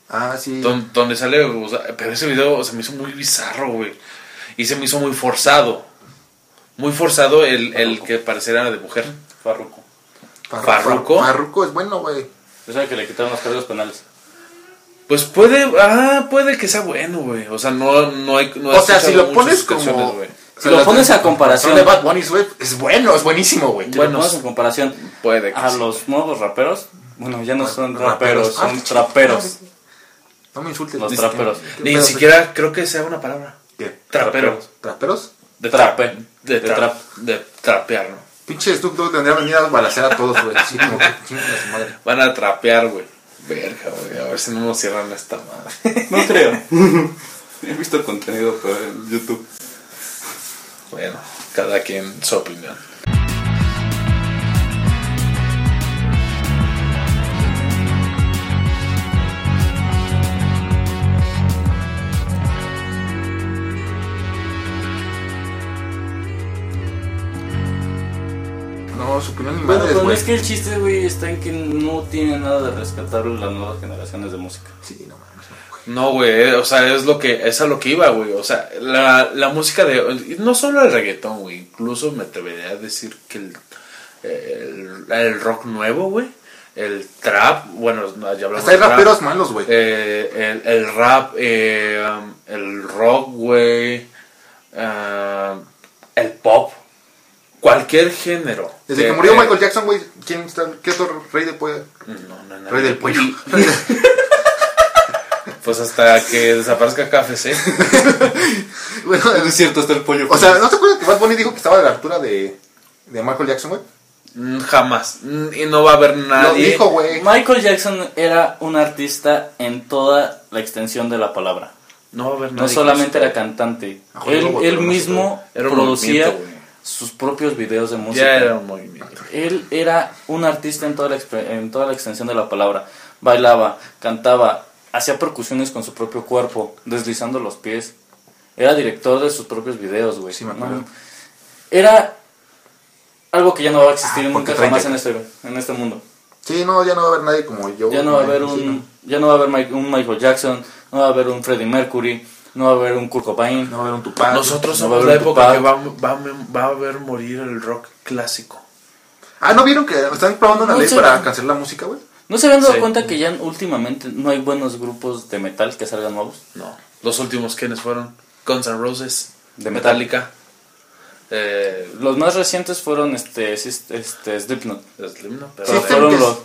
B: Ah, sí.
A: Don- donde sale, o sea, pero ese video se me hizo muy bizarro, güey. Y se me hizo muy forzado. Muy forzado el, el que pareciera de mujer.
C: Farruko.
B: Farru-
A: Farruko.
B: Farruko es bueno, güey.
C: Yo sabía que le quitaron los cargos penales.
A: Pues puede, ah, puede que sea bueno, güey. O sea, no, no hay... no he
B: O sea, si
A: escuchado
B: lo pones
A: muchas canciones,
B: como.
A: güey.
C: Si lo pones a comparación-
B: de Bad Bunny, güey, es bueno, es buenísimo, güey.
C: Bueno,
A: Buenos.
C: en comparación
A: Puede pues, que
C: a
A: sí.
C: los nuevos raperos. Bueno, ya no son
B: Raperos.
C: raperos,
B: Ah,
C: son traperos.
B: No me insultes.
C: Los
B: Dice-
C: traperos.
B: ¿Qué
A: Ni
B: pedo,
A: siquiera creo que sea una palabra.
B: güey? ¿Qué?
A: Trapero.
B: ¿Traperos?
A: De
C: Trap.
A: trape. De,
C: De trap.
A: trap. De trapear, ¿no?
B: Pinche Snoop Dogg tendría venir a balasear a todos, güey. Así como que chinga su madre.
A: Van a trapear, güey. Verga, güey. A ver si no nos cierran esta madre. <laughs>
G: No
B: <laughs>
G: creo. He visto el contenido por YouTube.
A: bueno, cada quien su opinión.
B: No, su opinión ni
C: Bueno,
B: madre,
C: pero
B: güey.
C: es que el chiste, güey, está en que no tiene nada de rescatable las nuevas generaciones de música.
B: Sí, no mames.
A: No, güey, eh, o sea, es lo que, es a lo que iba, güey. O sea, la, la música de. No solo el reggaetón, güey. Incluso me atrevería a decir que el, el, el rock nuevo, güey. El trap, bueno, no, ya hablamos
B: Hasta hay
A: de trap.
B: raperos malos, güey.
A: Eh, el, el rap, eh, um, el rock, güey. ah, el pop. Cualquier género.
B: Desde
A: Eh,
B: que murió
A: eh,
B: Michael Jackson, güey, ¿quién está? ¿Qué otro rey de pollo?
A: No, no, no.
B: Rey del pollo.
A: <laughs> Pues hasta que desaparezca KFC.
B: bueno,
G: Es cierto, está el pollo.
B: o sea, ¿no te acuerdas que Bad Bunny dijo que estaba de la altura de, de Michael Jackson, güey?
A: Mm, Jamás. Mm, Y no va a haber
B: Lo
A: nadie.
B: dijo, güey.
C: Michael Jackson era un artista en toda la extensión de la palabra.
A: No va a haber nadie.
C: No solamente era cantante.
B: Ajo,
C: Él,
B: luego,
C: él
B: pero no
C: mismo
A: se puede. Era un
C: producía
A: movimiento, güey.
C: sus propios videos de música.
A: Ya era un movimiento.
C: Él era un artista en toda, la, exp- en toda la extensión de la palabra. Bailaba, cantaba, hacía percusiones con su propio cuerpo, deslizando los pies. Era director de sus propios videos, güey.
B: Sí, me acuerdo.
C: No. Era algo que ya no va a existir
B: Ah, porque
C: nunca
B: trae
C: jamás
B: ya-
C: en este, en este mundo.
B: Sí, no, ya no va a haber nadie como yo.
C: Ya no va a haber
B: pues Sí,
C: un, ya no va a haber Mi- un Michael Jackson, no va a haber un Freddie Mercury, no va a haber un Kurt Cobain.
B: no. No va a haber un Tupac.
A: Nosotros
C: Ah, No va a
A: somos
C: haber
A: la época
C: Tupac.
A: que va, va- va a haber morir el rock clásico.
B: Ah, ¿no vieron que están probando una
C: No
B: ley
C: sé.
B: para cancelar la música, güey?
C: ¿No se habían dado
A: Sí.
C: cuenta que ya últimamente no hay buenos grupos de metal que salgan nuevos?
A: No. Los últimos, ¿quiénes fueron? Guns N' Roses.
C: De
A: Metallica. Eh,
C: Los más recientes fueron este, Sys- este Slipknot.
A: Slim, ¿no? Pero
C: Pero
B: System
C: fueron
B: es-
C: los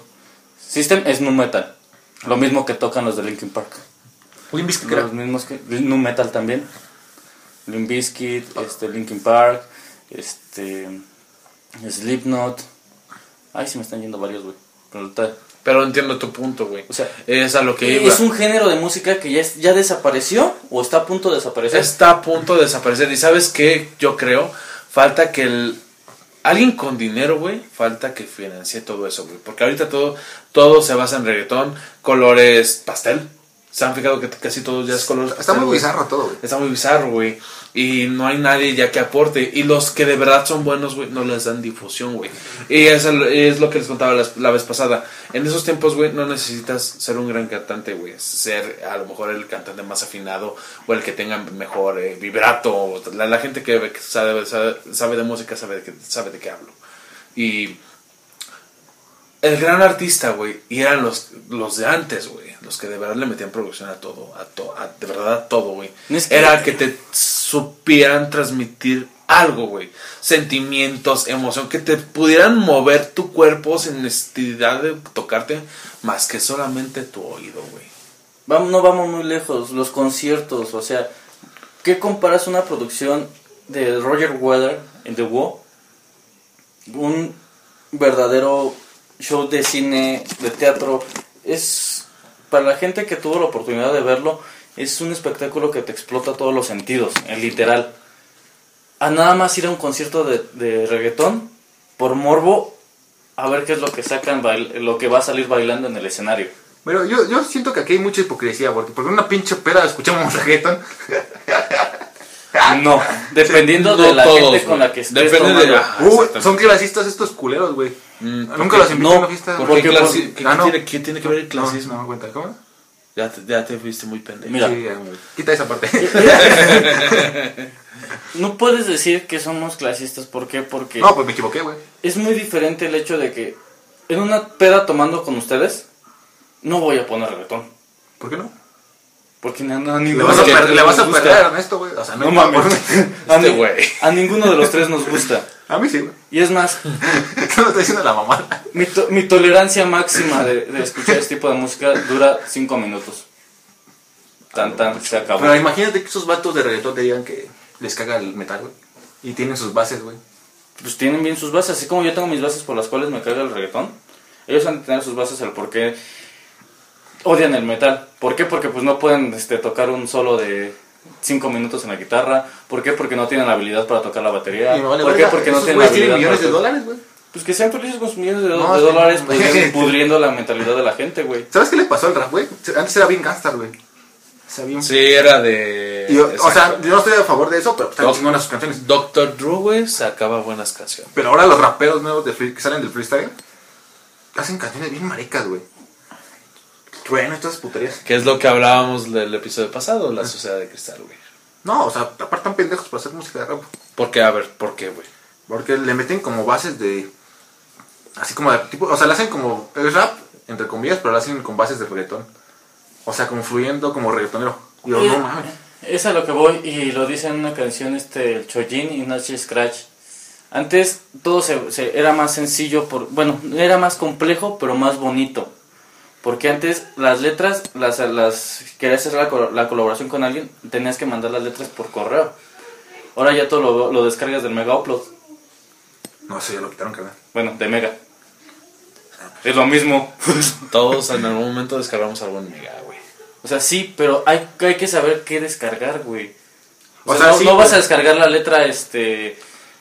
C: System es nu metal. Lo mismo que tocan los de Linkin Park.
B: Limp Bizkit
C: Los mismos que nu metal también. Limp Bizkit, este Linkin Park, este Slipknot. Ay, se me están yendo varios, güey. Pero ahorita-
A: Pero entiendo tu punto, güey.
C: O sea,
A: es a lo que iba.
C: es un género de música que ya, es- ya desapareció o está a punto de desaparecer.
A: Está a punto de desaparecer. ¿Y sabes qué? Yo creo. Falta que el. Alguien con dinero, güey. Falta que financie todo eso, güey. Porque ahorita todo, todo se basa en reggaetón, colores pastel. Se han fijado que casi todo ya es color
B: Está
A: pastel,
B: muy
A: güey?
B: bizarro todo, güey.
A: Está muy bizarro, güey. Y no hay nadie ya que aporte. Y los que de verdad son buenos, güey, no les dan difusión, güey. Y eso es lo que les contaba la, la vez pasada. En esos tiempos, güey, no necesitas ser un gran cantante, güey. Ser a lo mejor el cantante más afinado o el que tenga mejor eh, vibrato. La, la gente que, ve- que sabe, sabe, sabe de música sabe de, qué- sabe de qué hablo. Y el gran artista, güey, y eran los, los de antes, güey, los que de verdad le metían producción a todo, a to- a- de verdad a todo, güey.
C: Es que-
A: Era que te supieran transmitir algo, güey, sentimientos, emoción, que te pudieran mover tu cuerpo sin necesidad de tocarte más que solamente tu oído, güey.
C: Vam- no vamos muy lejos, los conciertos, o sea, ¿qué comparas una producción de Roger Weather en The Who? Un verdadero show de cine, de teatro, es para la gente que tuvo la oportunidad de verlo, es un espectáculo que te explota todos los sentidos, en literal. A nada más ir a un concierto de, de reggaetón por morbo a ver qué es lo que sacan, bail- lo que va a salir bailando en el escenario.
B: Pero yo, yo siento que aquí hay mucha hipocresía, porque porque en una pinche pera escuchamos <laughs> reggaeton.
C: No, dependiendo
A: No
C: de la
A: todos,
C: gente
A: güey.
C: con la que estés
A: Depende de
C: tomando.
A: la- Ah,
B: Uh,
A: exactamente.
B: son clasistas estos culeros, güey. Nunca
A: porque-
B: los invité
C: Mm, no,
B: a una fiesta.
A: ¿Por
B: güey.
A: qué
C: Porque-
A: clasi- qué-
B: Ah,
A: qué
B: no.
A: tiene, qué tiene que ver el
B: No,
A: clasismo?
B: no me cuenta, ¿cómo?
A: Ya, te, ya te fuiste muy pendejo.
C: Mira,
B: Sí, ya, güey. quita esa
C: <laughs>
B: parte.
C: no puedes decir que somos clasistas, ¿por qué? Porque
B: no, pues me equivoqué, güey.
C: es muy diferente el hecho de que en una peda tomando con ustedes, no voy a poner reggaetón.
B: ¿Por qué no?
C: Porque na- na- a
B: Le
C: ninguno
B: vas a,
C: de los
B: per-
C: tres
B: le vas a
C: nos gusta.
B: perder a Ernesto, güey. O sea,
C: No
B: no,
C: mames. A,
A: Este
C: ni-
A: güey.
C: a ninguno de los tres nos gusta.
B: <laughs> A mí sí, güey. <laughs>
C: Y es más,
B: Solo está diciendo la mamada.
C: mi, to- mi tolerancia máxima de, de escuchar este tipo de música dura 5 minutos. Tan tan, se acabó.
B: Pero imagínate que esos vatos de reggaetón te digan que les caga el metal, güey. Y tienen sus bases, güey.
C: pues tienen bien sus bases. Así como yo tengo mis bases por las cuales me carga el reggaetón, ellos han de tener sus bases al por qué odian el metal. ¿Por qué? Porque pues no pueden este, tocar un solo de 5 minutos en la guitarra. ¿Por qué? Porque no tienen la habilidad para tocar la batería.
B: Y me vale
C: ¿Por qué?
B: verga,
C: Porque no
B: esos
C: tienen la
B: güeyes
C: habilidad.
B: millones
C: para
B: de
C: to-
B: dólares, güey.
C: Pues que sean felices con sus millones de, do-
B: No,
C: de
B: sí.
C: dólares,
B: <laughs>
C: pues siguen pudriendo la mentalidad de la gente, güey.
B: ¿Sabes qué le pasó al rap, güey? Antes era bien gangster, güey. O sea, bien...
A: Sí, era de.
B: Y yo- o sea,
A: exacto.
B: yo no estoy a favor de eso, pero están
A: Doc-
B: chingonas sus canciones.
A: Doctor Drew, güey, sacaba buenas canciones.
B: Pero ahora los raperos nuevos de free- que salen del freestyle hacen canciones bien maricas, güey. Trueno estas puterías.
A: Que es lo que hablábamos del episodio pasado, la sociedad de cristal, güey.
B: No, o sea, aparte están pendejos para hacer música de rap.
A: Porque, a ver, ¿por qué, güey?
B: Porque le meten como bases de. Así como de tipo. O sea, le hacen como. Es rap, entre comillas, pero lo hacen con bases de reggaetón. O sea, como fluyendo como reggaetonero. Y yo, no mames.
C: Es a lo que voy y lo dice en una canción este el Chojin y Nachi Scratch. Antes todo se, se- era más sencillo por bueno, era más complejo, pero más bonito. Porque antes las letras las las querías hacer la, co- la colaboración con alguien, tenías que mandar las letras por correo. Ahora ya todo lo, lo descargas del Mega Upload.
B: No, eso ya lo quitaron, carnal.
C: Bueno, de Mega. Es lo mismo. <laughs>
A: Todos en algún momento descargamos algo en Mega, güey.
C: O sea, sí, pero hay, hay que saber qué descargar, güey. O,
B: O
C: sea,
B: sea,
C: no,
B: sí,
C: no vas
B: pero-
C: a descargar la letra este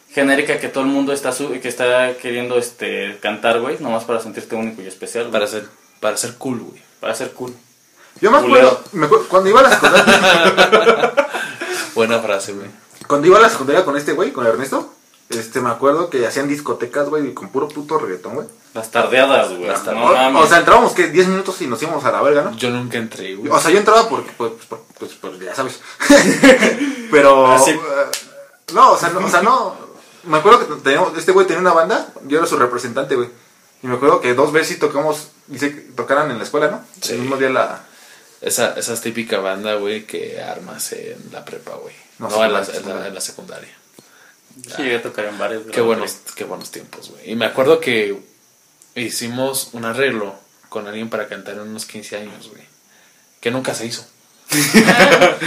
C: genérica que todo el mundo está su- que está queriendo este cantar, güey, nomás para sentirte único y especial,
A: Para
C: para,
A: ser, para ser cool, güey.
C: para ser cool.
B: Yo me acuerdo,
C: Culero.
B: me acuerdo- Cuando iba a la secundaria. <laughs>
A: Buena frase, güey.
B: cuando iba a la secundaria con este güey, con Ernesto. Este, me acuerdo que hacían discotecas, güey, con puro puto reggaetón, güey.
C: Las tardeadas, güey.
B: O-
C: no mames.
B: o, sea, entrábamos que 10 minutos y nos íbamos a la verga, ¿no?
A: Yo nunca entré, güey.
B: O sea, yo entraba porque, pues, por- pues, por- ya sabes. <laughs> Pero.
C: Así.
B: eh, no, o sea, no, o sea, no. Me acuerdo que teníamos, este güey tenía una banda, yo era su representante, güey. Y me acuerdo que dos veces sí tocamos, dice que tocaran en la escuela, ¿no?
A: Sí.
B: El mismo día la.
A: Esa, esa es típica banda, güey, que armas en la prepa, güey. No,
B: No, sí,
A: en, la, en
B: la
A: la-
B: secundaria.
A: en la secundaria.
C: sí, Ah, llegué a tocar en bares.
A: Qué
C: güey.
A: buenos, qué buenos tiempos, güey. Y me acuerdo que hicimos un arreglo con alguien para cantar en unos 15 años, güey. Que nunca se hizo.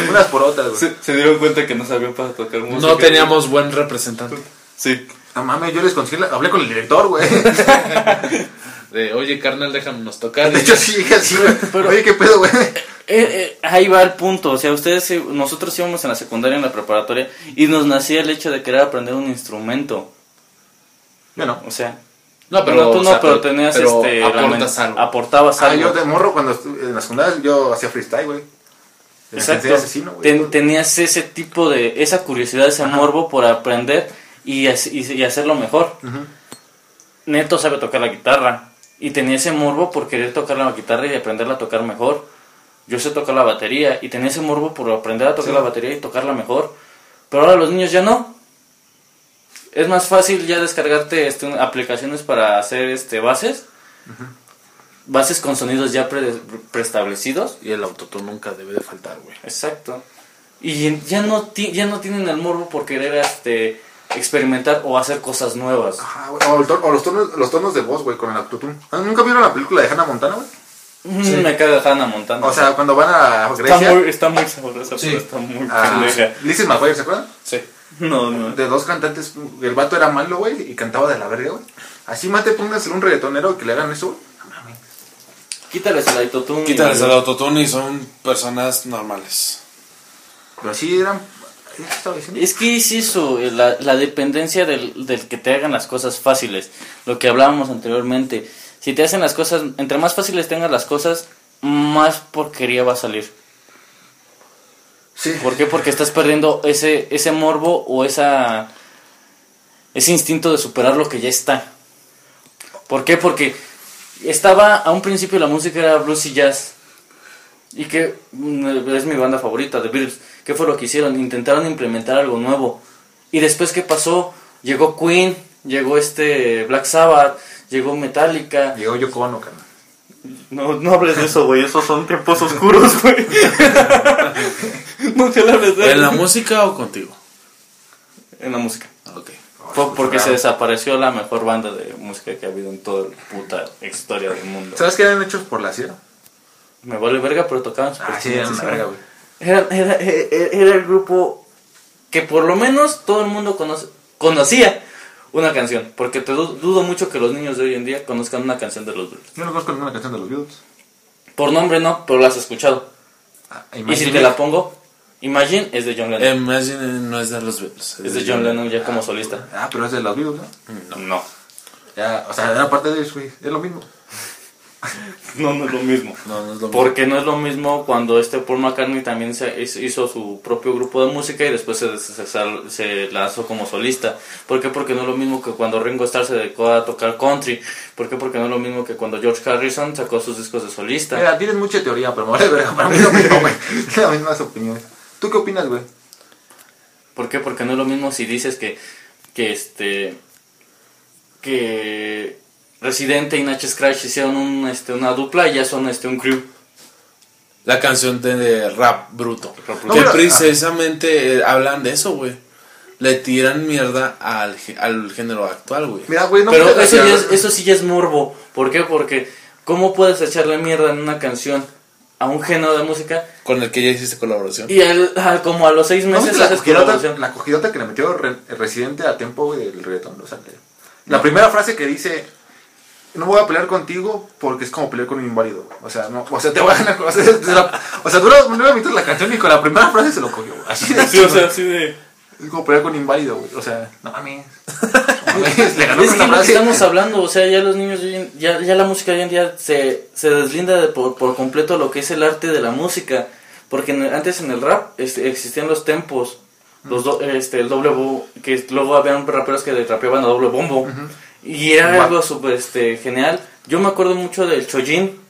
B: Unas por otras, güey.
G: Se, se dieron cuenta que no sabían para tocar música.
A: No
C: eh,
A: teníamos buen representante.
G: Sí.
B: No mames, yo les conseguí, la- hablé con el director, güey.
A: De, oye, carnal, déjanos tocar.
B: De hecho, sí, dije así, güey. Oye, qué pedo, güey.
C: Eh, eh, ahí va el punto, o sea, ustedes eh, nosotros íbamos en la secundaria, en la preparatoria y nos nacía el hecho de querer aprender un instrumento,
B: Yo no.
C: o sea,
A: No, pero,
C: tú
A: o
C: no,
A: sea,
C: pero, tenías
A: pero
C: este
A: aportas
C: ramen-
A: algo.
C: aportabas
B: Ah,
C: algo.
B: yo de morro cuando estuve en la secundaria yo hacía freestyle, güey. Me sentía
C: Exacto.
B: asesino, güey.
C: Ten- tenías ese tipo de, esa curiosidad, ese morbo por aprender y, hac- y, y hacerlo mejor. Neto sabe tocar la guitarra y tenía ese morbo por querer tocar la guitarra y aprenderla a tocar mejor. Yo sé tocar la batería y tenía ese morbo por aprender a tocar la batería y tocarla mejor. Pero ahora los niños ya no. Es más fácil ya descargarte este, un- aplicaciones para hacer este bases. Bases con sonidos ya pre- preestablecidos.
A: Y el autotune nunca debe de faltar, güey.
C: Exacto. Y ya no, ti- ya no tienen el morbo por querer este, experimentar o hacer cosas nuevas.
B: Ajá, Ah, güey. o, el tor- o los, tonos, los tonos de voz, güey, con el autotune. Ah, ¿Nunca vieron la película de Hannah Montana, güey?
C: Mm, Me caga Hannah Montana.
B: O sea, cuando van a
C: está
B: Grecia.
C: muy, está muy sabrosa, pero está muy
B: <laughs> a
C: pendeja.
B: Lizzie McGuire, ¿se acuerdan?
A: Sí.
C: No, no.
B: De dos cantantes, el vato era malo, güey, y cantaba de la verga, güey. Así más te pongas un reggaetonero que le hagan eso, güey.
C: Quítales el autotune. y-
A: Quítales el autotune y son personas normales.
B: Pero así eran. ¿Qué estaba diciendo?
C: Es que es eso, eh, la, la dependencia del, del que te hagan las cosas fáciles, lo que hablábamos anteriormente. Si te hacen las cosas, entre más fáciles tengas las cosas, más porquería va a salir.
B: Sí.
C: ¿Por qué? Porque estás perdiendo ese, ese morbo o esa, ese instinto de superar lo que ya está. ¿Por qué? Porque estaba, a un principio la música era blues y jazz. Y que mm, es mi banda favorita, The Beatles. ¿Qué fue lo que hicieron? Intentaron implementar algo nuevo. Y después, ¿qué pasó? Llegó Queen, llegó este Black Sabbath, llegó Metallica.
B: Llegó Yoko Ono, carnal.
C: No, no hables de eso, güey. Esos son tiempos oscuros, güey. <laughs> no te hables de
A: ¿En la música o contigo?
C: en la música.
A: Ah, Ok.
C: Fue porque se
B: Claro.
C: desapareció la mejor banda de música que ha habido en toda la puta historia del mundo.
B: ¿Sabes qué eran hechos por la sierra?
C: Me vale verga, pero tocaban súper
B: Ah, sí,
C: chingón,
B: eran
C: sí,
B: una
C: sí.
B: verga, güey.
C: Era, era- era- era el e, grupo que por lo menos todo el mundo conoce, conocía una canción. Porque te du- dudo mucho que los niños de hoy en día conozcan una canción de los Beatles.
B: Yo no conozco ninguna canción de los Beatles.
C: Por nombre no, pero la has escuchado.
B: Ah,
C: Y si te la pongo, Imagine es de John
A: Eh,
C: Lennon.
A: Imagine no es de los Beatles.
C: es de Em, John Lennon ya como solista.
B: Ah, pero es de los Beatles, ¿no?
C: No,
B: Ya, o sea, era parte de eso, güey. Es lo mismo.
C: no, no es lo mismo.
A: No, no es lo
C: Porque no es lo mismo cuando este Paul McCartney también se hizo- hizo su propio grupo de música y después se, se- se- se lanzó como solista. ¿Por qué? Porque no es lo mismo que cuando Ringo Starr se dedicó a tocar country. ¿Por qué? Porque no es lo mismo que cuando George Harrison sacó sus discos de solista.
B: Mira, tienes mucha teoría, pero me vale verga. Para mí es lo mismo, güey. <laughs> Es las mismas opiniones. ¿Tú qué opinas, güey?
C: ¿Por qué? Porque no es lo mismo si dices que, que este que Residente y Natchez Scratch hicieron un, este, una dupla y ya son este un crew.
A: La canción de, de rap bruto.
B: bruto.
C: Rap
A: que
B: No, pero-
A: precisamente eh, hablan de eso, güey. Le tiran mierda al, gé- al género actual, güey.
B: Mira, güey, no
C: Pero
B: me-
C: eso, ya es, eso sí ya es morbo. ¿Por qué? Porque ¿cómo puedes echarle mierda en una canción a un género de música
A: Con el que ya hiciste colaboración.
C: y al- a- como a los seis
B: ¿No
C: meses
B: viste la
C: haces
B: cogidota,
C: colaboración?
B: la cogidota que le metió Re- el Residente a tiempo güey, del reggaetón? O sea, que- la primera frase que dice, no voy a pelear contigo porque es como pelear con un inválido. güey. O sea, no, o sea, te voy a ganar. <laughs> O sea, se la- o sea, dura nueve minutos la canción y con la primera frase se lo cogió. güey. Así de
C: Sí, o sea, así de...
B: Es como pelear con un inválido, güey. O sea, no
C: <laughs>
B: mames. No mames, Le ganó
C: Es
B: con
C: que
B: la
C: lo que
B: frase.
C: estamos hablando, o sea, ya los niños, hoy en- ya, ya la música hoy en día se, se deslinda de por, por completo lo que es el arte de la música. Porque en el- antes en el rap este, existían los tempos, los do- este, el doble bo- que luego habían raperos que rapeaban a doble bombo. Y era
B: Guau.
C: algo súper este, genial. Yo me acuerdo mucho del Chojin,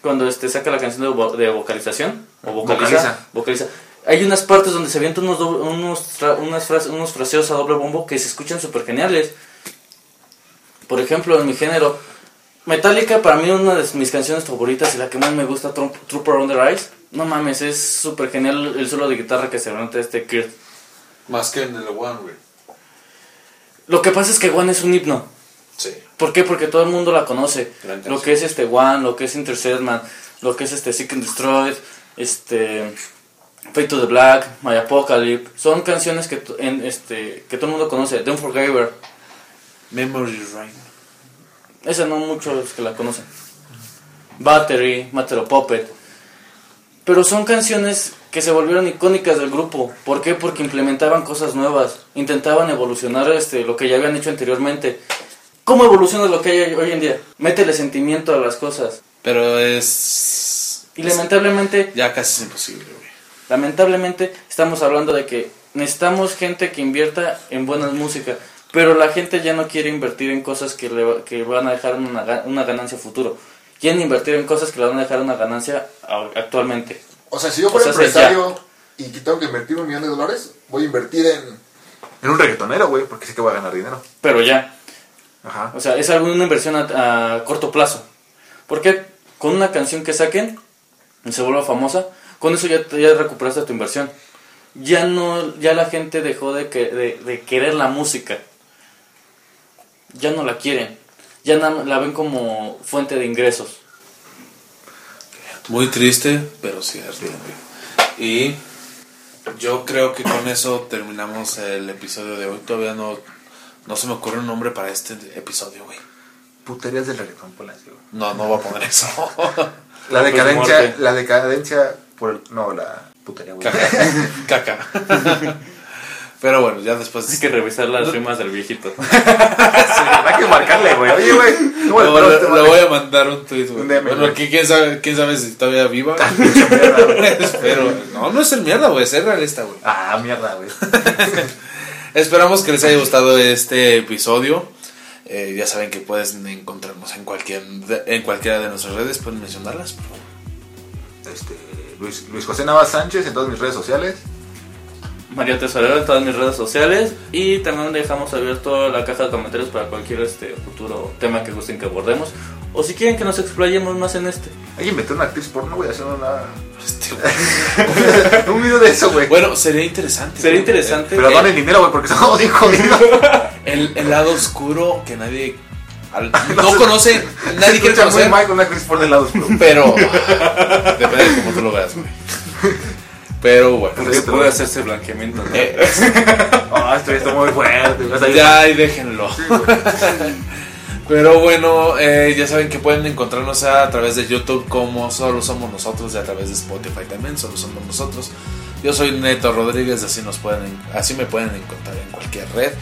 C: cuando este, saca la canción de, vo- de vocalización, o vocaliza, vocaliza. Hay unas partes donde se avientan unos, doble- unos, tra- unas fras- unos fraseos a doble bombo que se escuchan súper geniales. Por ejemplo, en mi género, Metallica para mí una de mis canciones favoritas y la que más me gusta, Trump, Trooper on the Rise. No mames, es súper genial el solo de guitarra que se levanta este Kurt.
A: Más que en el One, güey.
C: Lo que pasa es que One es un himno.
A: Sí.
C: ¿Por qué? Porque todo el mundo la conoce.
A: Gran canción.
C: Lo que es este One, lo que es Intercedman, lo que es este Seek and Destroy, este Fate to the Black, My Apocalypse. Son canciones que, to- en, este, que todo el mundo conoce. The Unforgiver.
A: Memory Rain.
C: Esa no muchos que la conocen. Battery, Matter of Puppet. Pero son canciones que se volvieron icónicas del grupo. ¿Por qué? Porque implementaban cosas nuevas. Intentaban evolucionar este, lo que ya habían hecho anteriormente. ¿Cómo evoluciona lo que hay hoy en día? Métele sentimiento a las cosas.
A: Pero es.
C: Y lamentablemente,
A: Ya casi es imposible, güey.
C: lamentablemente estamos hablando de que necesitamos gente que invierta en buena música. Pero la gente ya no quiere invertir en cosas que, le, va- que van a dejar una, ga- una ganancia a futuro. Quieren invertir en cosas que le van a dejar una ganancia a- actualmente.
H: O sea, si yo fuera
C: O sea, es
H: empresario y que tengo que invertir un millón de dólares, voy a invertir en.
B: En un reggaetonero, güey, porque sé que voy a ganar dinero.
C: Pero ya.
B: Ajá.
C: O sea, es alguna inversión a, a corto plazo. Porque con una canción que saquen y se vuelva famosa, con eso ya, te- ya recuperaste tu inversión. Ya no, ya la gente dejó de, que, de, de querer la música. Ya no la quieren. Ya na- la ven como fuente de ingresos.
A: Muy triste, pero cierto. güey. Y yo creo que con eso terminamos el episodio de hoy. Todavía no, no se me ocurre un nombre para este episodio, güey.
B: Puterías del reggaetón polaco, güey.
A: No, no voy a poner eso.
B: <laughs>
A: Ah,
B: La
C: Pues
B: decadencia,
C: muerte.
B: la decadencia por el, no, la
A: <laughs>
B: putería, güey.
A: Caca. Pero bueno, ya después.
C: Así que revisar las rimas del viejito.
B: Hay que marcarle, güey. Oye, güey. no,
A: Le,
B: güey, pero
A: le-
B: este
A: le
B: vale.
A: voy a mandar un tweet, güey.
B: Un DM,
A: Bueno,
B: güey.
A: que quién sabe, quién sabe si todavía
B: <laughs>
A: viva. <laughs> Pero no, no es el mierda, güey, es ser realista, güey.
B: Ah, mierda, güey.
A: Esperamos que les haya gustado este episodio. Eh, ya saben que pueden encontrarnos en cualquier en cualquiera de nuestras redes, pueden mencionarlas. por favor?
B: Este, Luis, Luis José Navas Sánchez en todas mis redes sociales.
C: María Tesorero en todas mis redes sociales. Y también dejamos abierto la caja de comentarios para cualquier este, futuro tema que gusten que abordemos. O si quieren que nos explayemos más en este.
B: Hay inventó una actriz porno, güey, haciendo una. <laughs>
A: Este, güey.
B: un video de eso, güey.
A: bueno, sería interesante.
C: Sería
A: ¿no?
C: interesante.
B: Pero
A: eh,
C: que-
B: donen dinero, güey, porque estamos bien jodidos.
A: El, el lado oscuro que nadie al- no conoce, nadie quiere
B: Escucha muy
A: conocer. <laughs>
B: mal con una actriz porno de lados,
A: Pero depende de cómo tú lo veas, güey. Pero bueno. pues,
G: Porque puede hacerse blanqueamiento. ¿no?
A: Eh,
B: Ah, esto está muy fuerte. güey. O sea,
A: Ya, y déjenlo. <laughs> Pero bueno, eh, ya saben que pueden encontrarnos a través de YouTube como Solo Somos Nosotros y a través de Spotify también, Solo Somos Nosotros. Yo soy Neto Rodríguez, así, nos pueden, así me pueden encontrar en cualquier red.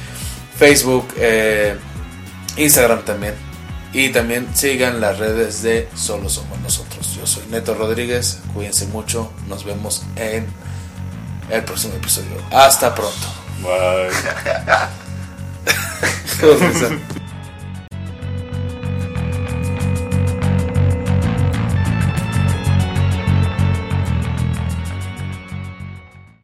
A: Facebook, eh, Instagram también. Y también sigan las redes de Solo Somos Nosotros. Yo soy Neto Rodríguez, cuídense mucho, nos vemos en el próximo <laughs> episodio. Hasta pronto.
G: Bye.
A: Todo pensado.